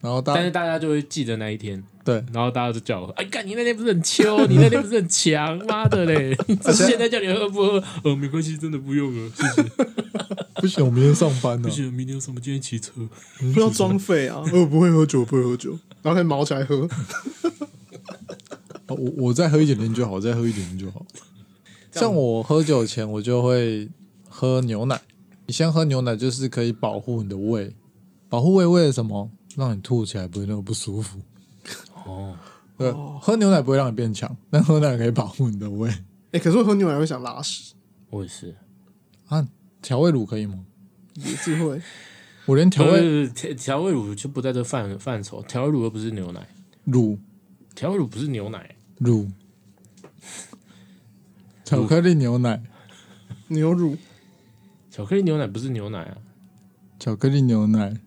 [SPEAKER 2] 然后大
[SPEAKER 3] 但是大家就会记得那一天，
[SPEAKER 2] 对，
[SPEAKER 3] 然后大家就叫我，哎，干你那天不是很秋， 你那天不是很强，妈的嘞！只是现在叫你喝不喝？呃，没关系，真的不用 了，谢谢。
[SPEAKER 2] 不行，我明天上班哦呢
[SPEAKER 3] 不、行，明天有什么？今天骑车。
[SPEAKER 1] 不要装废 啊！我不会喝酒，不会喝酒，然后可以毛起来喝。
[SPEAKER 2] 哦我我再喝一点点就好，我再喝一点点就好。像我喝酒前，我就会喝牛奶。你先喝牛奶，就是可以保护你的胃，保护胃为了什么？让你吐起来不会那么不舒服。
[SPEAKER 3] 哦，
[SPEAKER 2] 对，喝牛奶不会让你变强， 但喝奶可以保护你的胃。
[SPEAKER 1] 哎、可是我喝牛奶会想拉屎，
[SPEAKER 3] 我也是。
[SPEAKER 2] 啊，调味乳可以吗？
[SPEAKER 1] 也是会。
[SPEAKER 2] 我连调
[SPEAKER 3] 调
[SPEAKER 2] 味
[SPEAKER 3] 味调调味乳就不在这范范畴，调味乳又不是牛奶，
[SPEAKER 2] 乳
[SPEAKER 3] 调味乳不是牛奶，
[SPEAKER 2] 乳巧克力牛奶，
[SPEAKER 1] 牛乳
[SPEAKER 3] 巧克力牛奶不是牛奶啊。
[SPEAKER 2] 巧克力牛奶，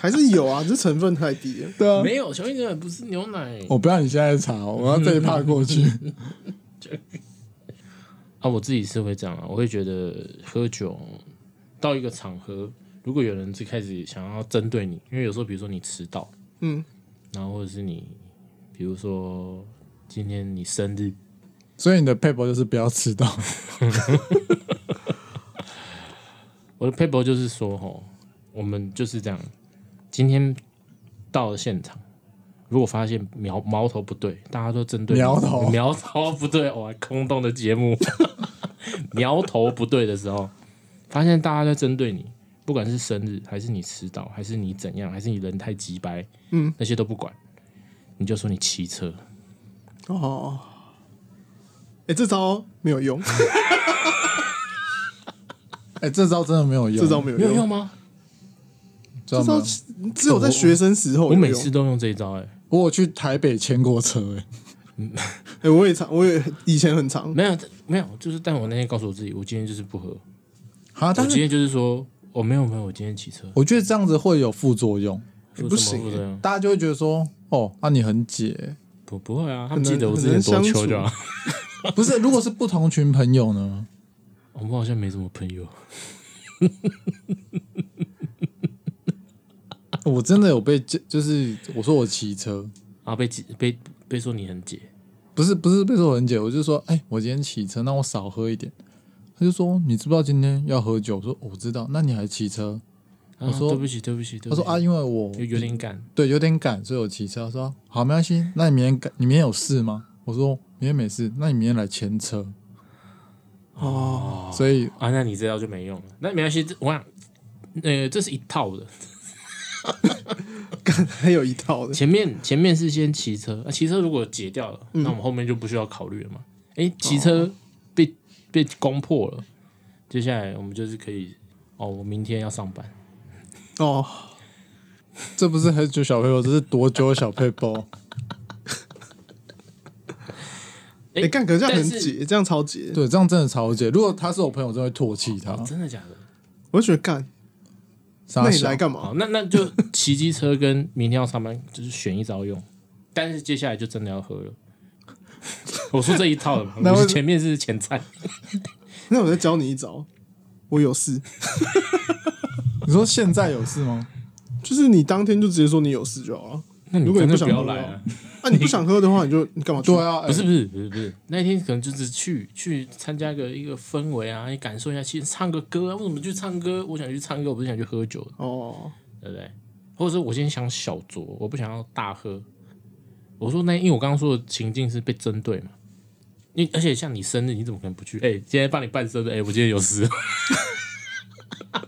[SPEAKER 1] 还是有啊，只是成分太低了。
[SPEAKER 2] 对啊。
[SPEAKER 3] 没有，巧克力牛奶不是牛奶
[SPEAKER 2] 我不要你现在查哦，
[SPEAKER 1] 嗯
[SPEAKER 2] 我要这一趴 过去。
[SPEAKER 3] 啊！我自己是会这样啊，我会觉得喝酒到一个场合，如果有人就开始想要针对你，因为有时候比如说你迟到，
[SPEAKER 1] 嗯，
[SPEAKER 3] 然后或者是你，比如说今天你生日，
[SPEAKER 2] 所以你的 paper 就是不要 迟到。
[SPEAKER 3] 我的 paper 就是说吼，我们就是这样，今天到了现场。如果发现苗苗头不对，大家都针对你
[SPEAKER 2] 苗头
[SPEAKER 3] 苗头不对，哇，空洞的节目， 苗头不对的时候，发现大家在针对你，不管是生日，还是你迟到，还是你怎样，还是你人太急掰，
[SPEAKER 1] 嗯，
[SPEAKER 3] 那些都不管，你就说你骑车，
[SPEAKER 1] 哦，哎、这招没有用，
[SPEAKER 2] 哎、这招真的没有用，
[SPEAKER 1] 这招没有
[SPEAKER 3] 没有
[SPEAKER 1] 用，啊
[SPEAKER 3] 用吗？
[SPEAKER 2] 知
[SPEAKER 1] 这
[SPEAKER 2] 道
[SPEAKER 1] 招
[SPEAKER 2] 吗？
[SPEAKER 1] 只有在学生时候有
[SPEAKER 3] 我
[SPEAKER 1] 用。
[SPEAKER 3] 每次都用这一招、欸，哎，
[SPEAKER 2] 我有去台北牵过车、哎，
[SPEAKER 1] 哎、我也常，我也以前很常，
[SPEAKER 3] 没有没有，就是但我那天告诉我自己，我今天就是不喝，
[SPEAKER 2] 啊，
[SPEAKER 3] 我
[SPEAKER 2] 但
[SPEAKER 3] 今
[SPEAKER 2] 是
[SPEAKER 3] 天就是说，我、没有没有，我今天骑车。
[SPEAKER 2] 我觉得这样子会有副作用，
[SPEAKER 3] 有
[SPEAKER 1] 哎不
[SPEAKER 3] 什么
[SPEAKER 1] 行
[SPEAKER 3] 副作用
[SPEAKER 2] 大家就会觉得说，哦，啊，你很解、
[SPEAKER 3] 不不会啊，他
[SPEAKER 1] 很
[SPEAKER 3] 们记
[SPEAKER 1] 难
[SPEAKER 3] 得我
[SPEAKER 1] 很
[SPEAKER 3] 之前
[SPEAKER 1] 难
[SPEAKER 3] 多
[SPEAKER 1] 相
[SPEAKER 3] 秋
[SPEAKER 1] 处
[SPEAKER 3] 就好。
[SPEAKER 2] 不是，如果是不同群朋 友呢？
[SPEAKER 3] 我们好像没什么朋友，
[SPEAKER 2] 我真的有被就就是我说我骑车，
[SPEAKER 3] 啊，被记被被说你很解，
[SPEAKER 2] 不是不是被说很解，我就说，哎、我今天骑车，那我少喝一点。他就说，你知不知道今天要喝酒？我说我知道，那你还骑车？
[SPEAKER 3] 啊
[SPEAKER 2] 我说
[SPEAKER 3] 对不起对不起，
[SPEAKER 2] 他
[SPEAKER 3] 对不起
[SPEAKER 2] 说啊，，因为我
[SPEAKER 3] 有有点赶，
[SPEAKER 2] 对有点赶，所以我骑车。他说好，没关系，那你明天赶，你明天有事吗？我说明天没事，那你明天来牵车。哦，所以
[SPEAKER 3] 啊，那你这招就没用了，那没关系，这我想，呃，这是一套的，
[SPEAKER 1] 还 有一套 的。
[SPEAKER 3] 前面前面是先骑车，啊，骑车如果解掉了，
[SPEAKER 1] 嗯
[SPEAKER 3] 那我们后面就不需要考虑了嘛，哎，
[SPEAKER 1] 哦
[SPEAKER 3] 骑车被被攻破了，接下来我们就是可以，哦，我明天要上班，
[SPEAKER 1] 哦，
[SPEAKER 2] 这不是很久小配包，这是多久小配包？
[SPEAKER 1] 哎、
[SPEAKER 3] 诶
[SPEAKER 1] 干，可是这样
[SPEAKER 3] 但
[SPEAKER 1] 很
[SPEAKER 3] 是
[SPEAKER 1] 解，这样超解。
[SPEAKER 2] 对，这样真的超解。如果他是我朋友，我真的会唾弃
[SPEAKER 1] 啊
[SPEAKER 2] 他。
[SPEAKER 3] 哦真的假的？
[SPEAKER 1] 我就觉得干，
[SPEAKER 2] 傻
[SPEAKER 1] 那你
[SPEAKER 2] 小
[SPEAKER 1] 来干嘛？
[SPEAKER 3] 好，那那就骑机车跟明天要上班就是选一招用，但是接下来就真的要喝了。我说这一套的嘛，
[SPEAKER 2] 那
[SPEAKER 3] 我
[SPEAKER 2] 会
[SPEAKER 3] 是前面是前菜，
[SPEAKER 1] 那我再教你一招，我有事，
[SPEAKER 2] 你说现在有事吗？
[SPEAKER 1] 就是你当天就直接说你有事就好了。
[SPEAKER 3] 那你
[SPEAKER 1] 如果
[SPEAKER 3] 真
[SPEAKER 1] 你
[SPEAKER 3] 的
[SPEAKER 1] 不
[SPEAKER 3] 不
[SPEAKER 1] 想
[SPEAKER 3] 要
[SPEAKER 1] 喝
[SPEAKER 3] 来
[SPEAKER 1] 的话
[SPEAKER 3] 啊！
[SPEAKER 1] 啊，你不想喝的 话，你就你干嘛去？
[SPEAKER 2] 对啊，
[SPEAKER 3] 不是不是不是不是，那一天可能就是去去参加个一个氛围啊，你感受一下气，唱个歌啊。为什么去唱歌？我想去唱歌，我不是想去喝酒，
[SPEAKER 1] 哦，
[SPEAKER 3] 对不对？或者是我今天想小酌，我不想要大喝。我说那因为我刚刚说的情境是被针对嘛，你而且像你生日，你怎么可能不去？哎、今天帮你办生日，哎、我今天有事。
[SPEAKER 2] 哎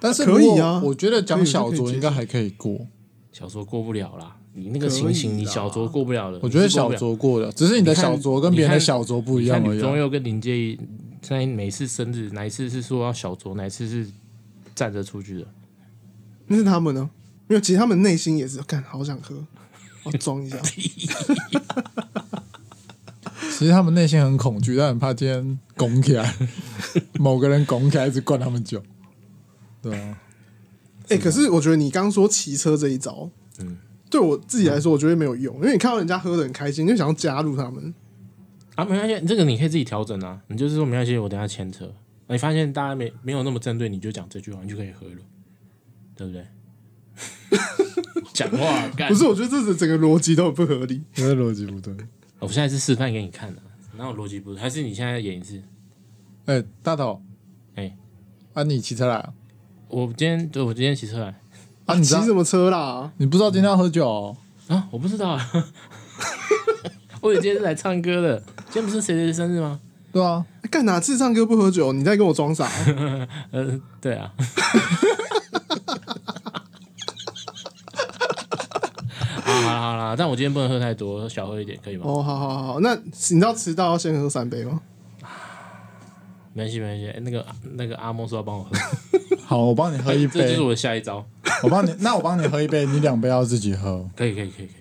[SPEAKER 2] 但是
[SPEAKER 1] 可以
[SPEAKER 2] 如果
[SPEAKER 1] 啊
[SPEAKER 2] 我觉得讲小
[SPEAKER 1] 可以是可以
[SPEAKER 2] 酌
[SPEAKER 1] 接
[SPEAKER 2] 应该还可以过。
[SPEAKER 3] 小酌过不了啦，你那个
[SPEAKER 1] 可以
[SPEAKER 3] 情形，你
[SPEAKER 1] 啦
[SPEAKER 3] 小酌过不了了。
[SPEAKER 2] 我觉得
[SPEAKER 3] 你是过
[SPEAKER 2] 小
[SPEAKER 3] 不了
[SPEAKER 2] 酌过了，只是你的
[SPEAKER 3] 你看
[SPEAKER 2] 小酌跟别人的
[SPEAKER 3] 你看
[SPEAKER 2] 小酌不一样
[SPEAKER 3] 你看
[SPEAKER 2] 而
[SPEAKER 3] 吕
[SPEAKER 2] 已
[SPEAKER 3] 宗
[SPEAKER 2] 啊。
[SPEAKER 3] 佑跟林介意在每次生日，哪一次是说要小酌，哪一次是站着出去的？
[SPEAKER 1] 那是他们呢？没有，其实他们内心也是，干好想喝，我装 一下。
[SPEAKER 2] 其实他们内心很恐惧，但很怕今天拱起来， 某个人拱起来一直灌他们酒。对啊，
[SPEAKER 1] 哎、可是我觉得你刚说骑车这一招，
[SPEAKER 3] 嗯
[SPEAKER 1] 对我自己来说，我觉得没有用，因为你看到人家喝的很开心，你就想要加入他们。
[SPEAKER 3] 啊，没关系，这个你可以自己调整啊。你就是说没关系，我等一下牵车。你发现大家没没有那么针对，你就讲这句话，你就可以喝了，对不对？讲 话干
[SPEAKER 1] 不是，？我觉得这整整个逻辑都很不合理。
[SPEAKER 2] 因为逻辑不对。
[SPEAKER 3] 我现在是示范给你看的、哪有逻辑不是？还是你现在演一次？
[SPEAKER 2] 哎、大头，
[SPEAKER 3] 哎
[SPEAKER 2] 啊，你骑车来啊？
[SPEAKER 3] 我今天对我今天骑车来
[SPEAKER 2] 啊，你
[SPEAKER 1] 骑
[SPEAKER 2] 知道
[SPEAKER 1] 什么车啦？啊
[SPEAKER 2] 你不知道今天要喝酒哦、
[SPEAKER 3] 啊，我不知道啊， 我以为今天是来唱歌的。今天不是谁谁谁生日吗？
[SPEAKER 2] 对啊，
[SPEAKER 1] 干哪次唱歌不喝酒？你在跟我装傻、
[SPEAKER 3] 呃，对啊。 啊，好啦好啦，但我今天不能喝太多，小喝一点可以吗？
[SPEAKER 1] 哦，好好好，那你知道迟到要先喝三杯吗？
[SPEAKER 3] 没关系没关系，哎那个那个阿莫说 要帮我喝，
[SPEAKER 2] 好，我帮你喝一
[SPEAKER 3] 哎这就
[SPEAKER 2] 杯
[SPEAKER 3] 是，我的下一招，
[SPEAKER 2] 我帮你，那我帮你喝一杯，你两杯要自己喝。
[SPEAKER 3] 可以可以可以可以，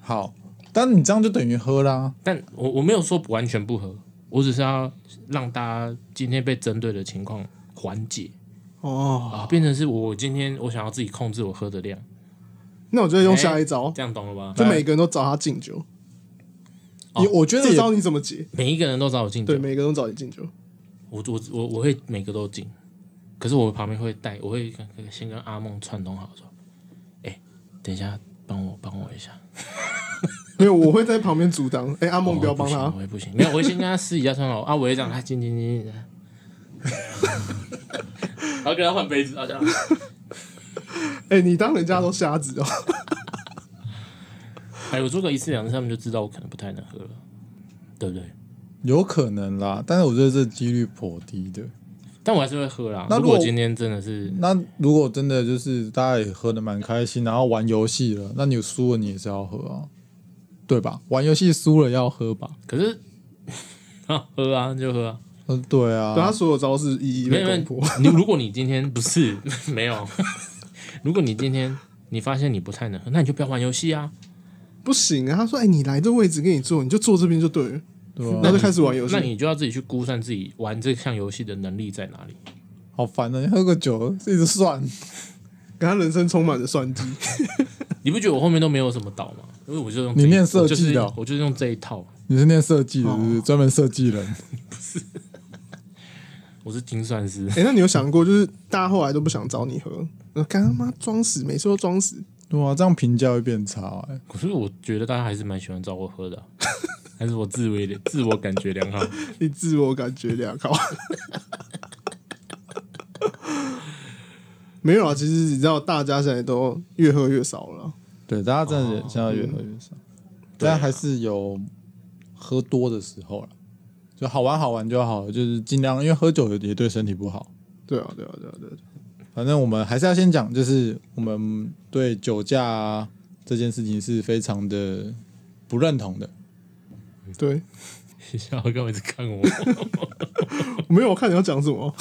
[SPEAKER 2] 好，但你这样就等于喝啦。
[SPEAKER 3] 但我我没有说完全不喝，我只是要让大家今天被针对的情况缓解
[SPEAKER 1] 哦，
[SPEAKER 3] 啊，变成是我今天我想要自己控制我喝的量，哎
[SPEAKER 1] 那我就用下一招，
[SPEAKER 3] 这样懂了吧？
[SPEAKER 1] 就每个人都找他敬酒。
[SPEAKER 3] 哦
[SPEAKER 2] 也我觉得
[SPEAKER 1] 这
[SPEAKER 2] 也
[SPEAKER 1] 招你怎么解？
[SPEAKER 3] 每一个人都找我敬酒
[SPEAKER 1] 对，，每个人都找你敬酒。
[SPEAKER 3] 我我我我会每个都进，可是我旁边会带，我会跟先跟阿梦串通好说，哎、等一下帮我帮我一下，
[SPEAKER 1] 没有，我会在旁边阻挡。哎、阿梦不要
[SPEAKER 3] 我
[SPEAKER 1] 帮
[SPEAKER 3] 会行
[SPEAKER 1] 他
[SPEAKER 3] 我。会哦不行，没有，我会先跟他私底下串好啊，我会让他进进进 进，然后跟他换杯子，啊这样，
[SPEAKER 1] 哎、你当人家都瞎子哦、
[SPEAKER 3] 哎，我做个一次两次，他们就知道我可能不太能喝了，对不对？
[SPEAKER 2] 有可能啦，但是我觉得这几率颇低的。
[SPEAKER 3] 但我还是会喝啦。
[SPEAKER 2] 那
[SPEAKER 3] 如
[SPEAKER 2] 如果
[SPEAKER 3] 今天真的是
[SPEAKER 2] 那如果真的就是大家也喝的蛮开心，然后玩游戏了，那你输了你也是要喝啊，对吧？玩游戏输了要喝吧？
[SPEAKER 3] 可是 啊喝啊就喝啊，
[SPEAKER 2] 嗯，对啊，
[SPEAKER 1] 对他所有招式一一
[SPEAKER 3] 没
[SPEAKER 1] 被
[SPEAKER 3] 有
[SPEAKER 1] 攻破。
[SPEAKER 3] 没有，你如果你今天不是 没有，如果你今天你发现你不太能喝，那你就不要玩游戏啊，
[SPEAKER 1] 不行啊！他说：“哎、你来这位置给你坐，你就坐这边就对了。”
[SPEAKER 2] 对
[SPEAKER 1] 然
[SPEAKER 2] 啊
[SPEAKER 1] 后就开始玩游戏
[SPEAKER 3] 那。你就要自己去估算自己玩这项游戏的能力在哪里。
[SPEAKER 2] 好烦啊！你喝个酒一直算，
[SPEAKER 1] 给他人生充满着算计。
[SPEAKER 3] 你不觉得我后面都没有什么倒吗？因为我就用
[SPEAKER 2] 你
[SPEAKER 3] 这一
[SPEAKER 2] 念设
[SPEAKER 3] 我就是
[SPEAKER 2] 计的哦
[SPEAKER 3] 我就是用这一套，
[SPEAKER 2] 你是念设计的，是不是？专门设计人，
[SPEAKER 3] 我是精算师。
[SPEAKER 1] 哎、那你有想过，就是大家后来都不想找你喝，呃干他妈装死，每次都装死。
[SPEAKER 2] 对啊，这样评价会变差、欸。
[SPEAKER 3] 可是我觉得大家还是蛮喜欢找我喝的啊、 还是我自为自我感觉良好。
[SPEAKER 1] 你自我感觉良好。没有啊，其实你知道，大家现在都越喝越少了。
[SPEAKER 2] 对，大家真的现在越喝越少，
[SPEAKER 3] 对啊
[SPEAKER 2] 但还是有喝多的时候了。就好玩好玩就好了，就是尽量，因为喝酒也对身体不好。
[SPEAKER 1] 对啊，对啊，对啊，对啊。
[SPEAKER 2] 反正我们还是要先讲，就是我们对酒驾、啊、这件事情是非常的不认同的。
[SPEAKER 1] 对，
[SPEAKER 3] 小哥一直看 我，
[SPEAKER 1] 没有我看你要讲什么。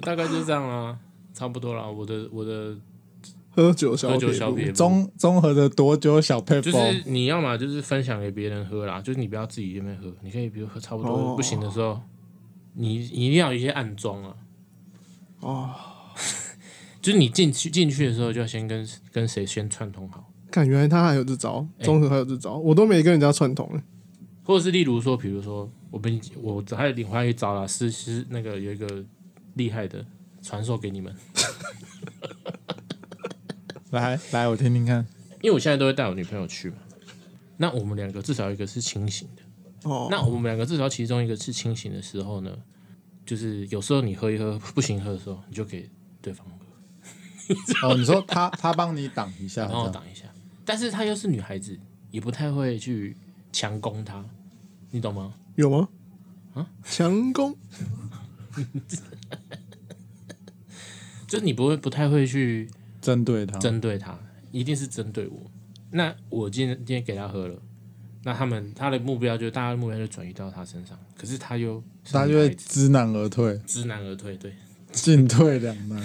[SPEAKER 3] 大概就这样啦，差不多啦。我的我的
[SPEAKER 1] 喝酒消
[SPEAKER 3] 喝酒小
[SPEAKER 1] 撇
[SPEAKER 3] 撇
[SPEAKER 1] 步
[SPEAKER 3] 步
[SPEAKER 2] 综综合的多酒小配
[SPEAKER 3] 就
[SPEAKER 2] 方，
[SPEAKER 3] 是你要嘛就是分享给别人喝啦，就是你不要自己这边喝，你可以比如喝差不多
[SPEAKER 1] 哦
[SPEAKER 3] 不行的时候，你你一定要有一些暗装啊，
[SPEAKER 1] 哦，
[SPEAKER 3] 就是你进去进去的时候就要先跟跟谁先串通好。
[SPEAKER 1] 看原来他还有这招，
[SPEAKER 3] 哎
[SPEAKER 1] 综合还有这招，我都没跟人家串通、欸。
[SPEAKER 3] 或者是例如说，比如说我们我还有另外一招啦，是是那个有一个厉害的传授给你们，
[SPEAKER 2] 来来，我听听看。
[SPEAKER 3] 因为我现在都会带我女朋友去嘛。那我们两个至少一个是清醒的，
[SPEAKER 1] 哦，
[SPEAKER 3] 那我们两个至少其中一个是清醒的时候呢，就是有时候你喝一喝不行喝的时候，你就给对方喝，
[SPEAKER 2] 哦，你说他他帮你挡一 下，
[SPEAKER 3] 然后
[SPEAKER 2] 啊这样
[SPEAKER 3] 哦挡一下。但是她又是女孩子，也不太会去强攻她，你懂吗？
[SPEAKER 1] 有吗？啊，强攻
[SPEAKER 3] 就是你不会不太会去
[SPEAKER 2] 针对他，
[SPEAKER 3] 针对
[SPEAKER 2] 嗯
[SPEAKER 3] 他，一定是针对我。那我今天今天给他喝了，那他们他的目标就是大家的目标就转移到他身上，可是他又是
[SPEAKER 2] 他就
[SPEAKER 3] 女孩
[SPEAKER 2] 会
[SPEAKER 3] 子
[SPEAKER 2] 知难而退，
[SPEAKER 3] 知难而退，对，
[SPEAKER 2] 进退两 难。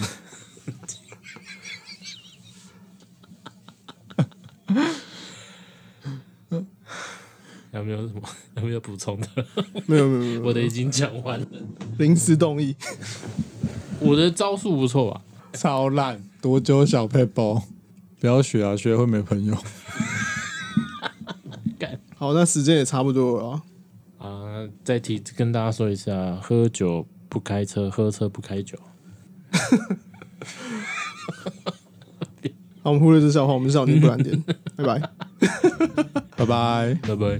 [SPEAKER 3] 有没有什么有没有补 充的？
[SPEAKER 1] 没有没有没有，
[SPEAKER 3] 我的已经讲完了，
[SPEAKER 1] 临时动议，
[SPEAKER 3] 我的招数不错吧？
[SPEAKER 2] 超烂，多久小配包，不要学啊，学会没朋友。
[SPEAKER 1] 好，那时间也差不多了啊。
[SPEAKER 3] 啊、再提跟大家说一下，喝酒不开车，喝车不开酒。
[SPEAKER 1] 好，我们忽略这笑话，我们是小林布兰点，拜拜。
[SPEAKER 2] 拜拜。
[SPEAKER 3] 拜拜。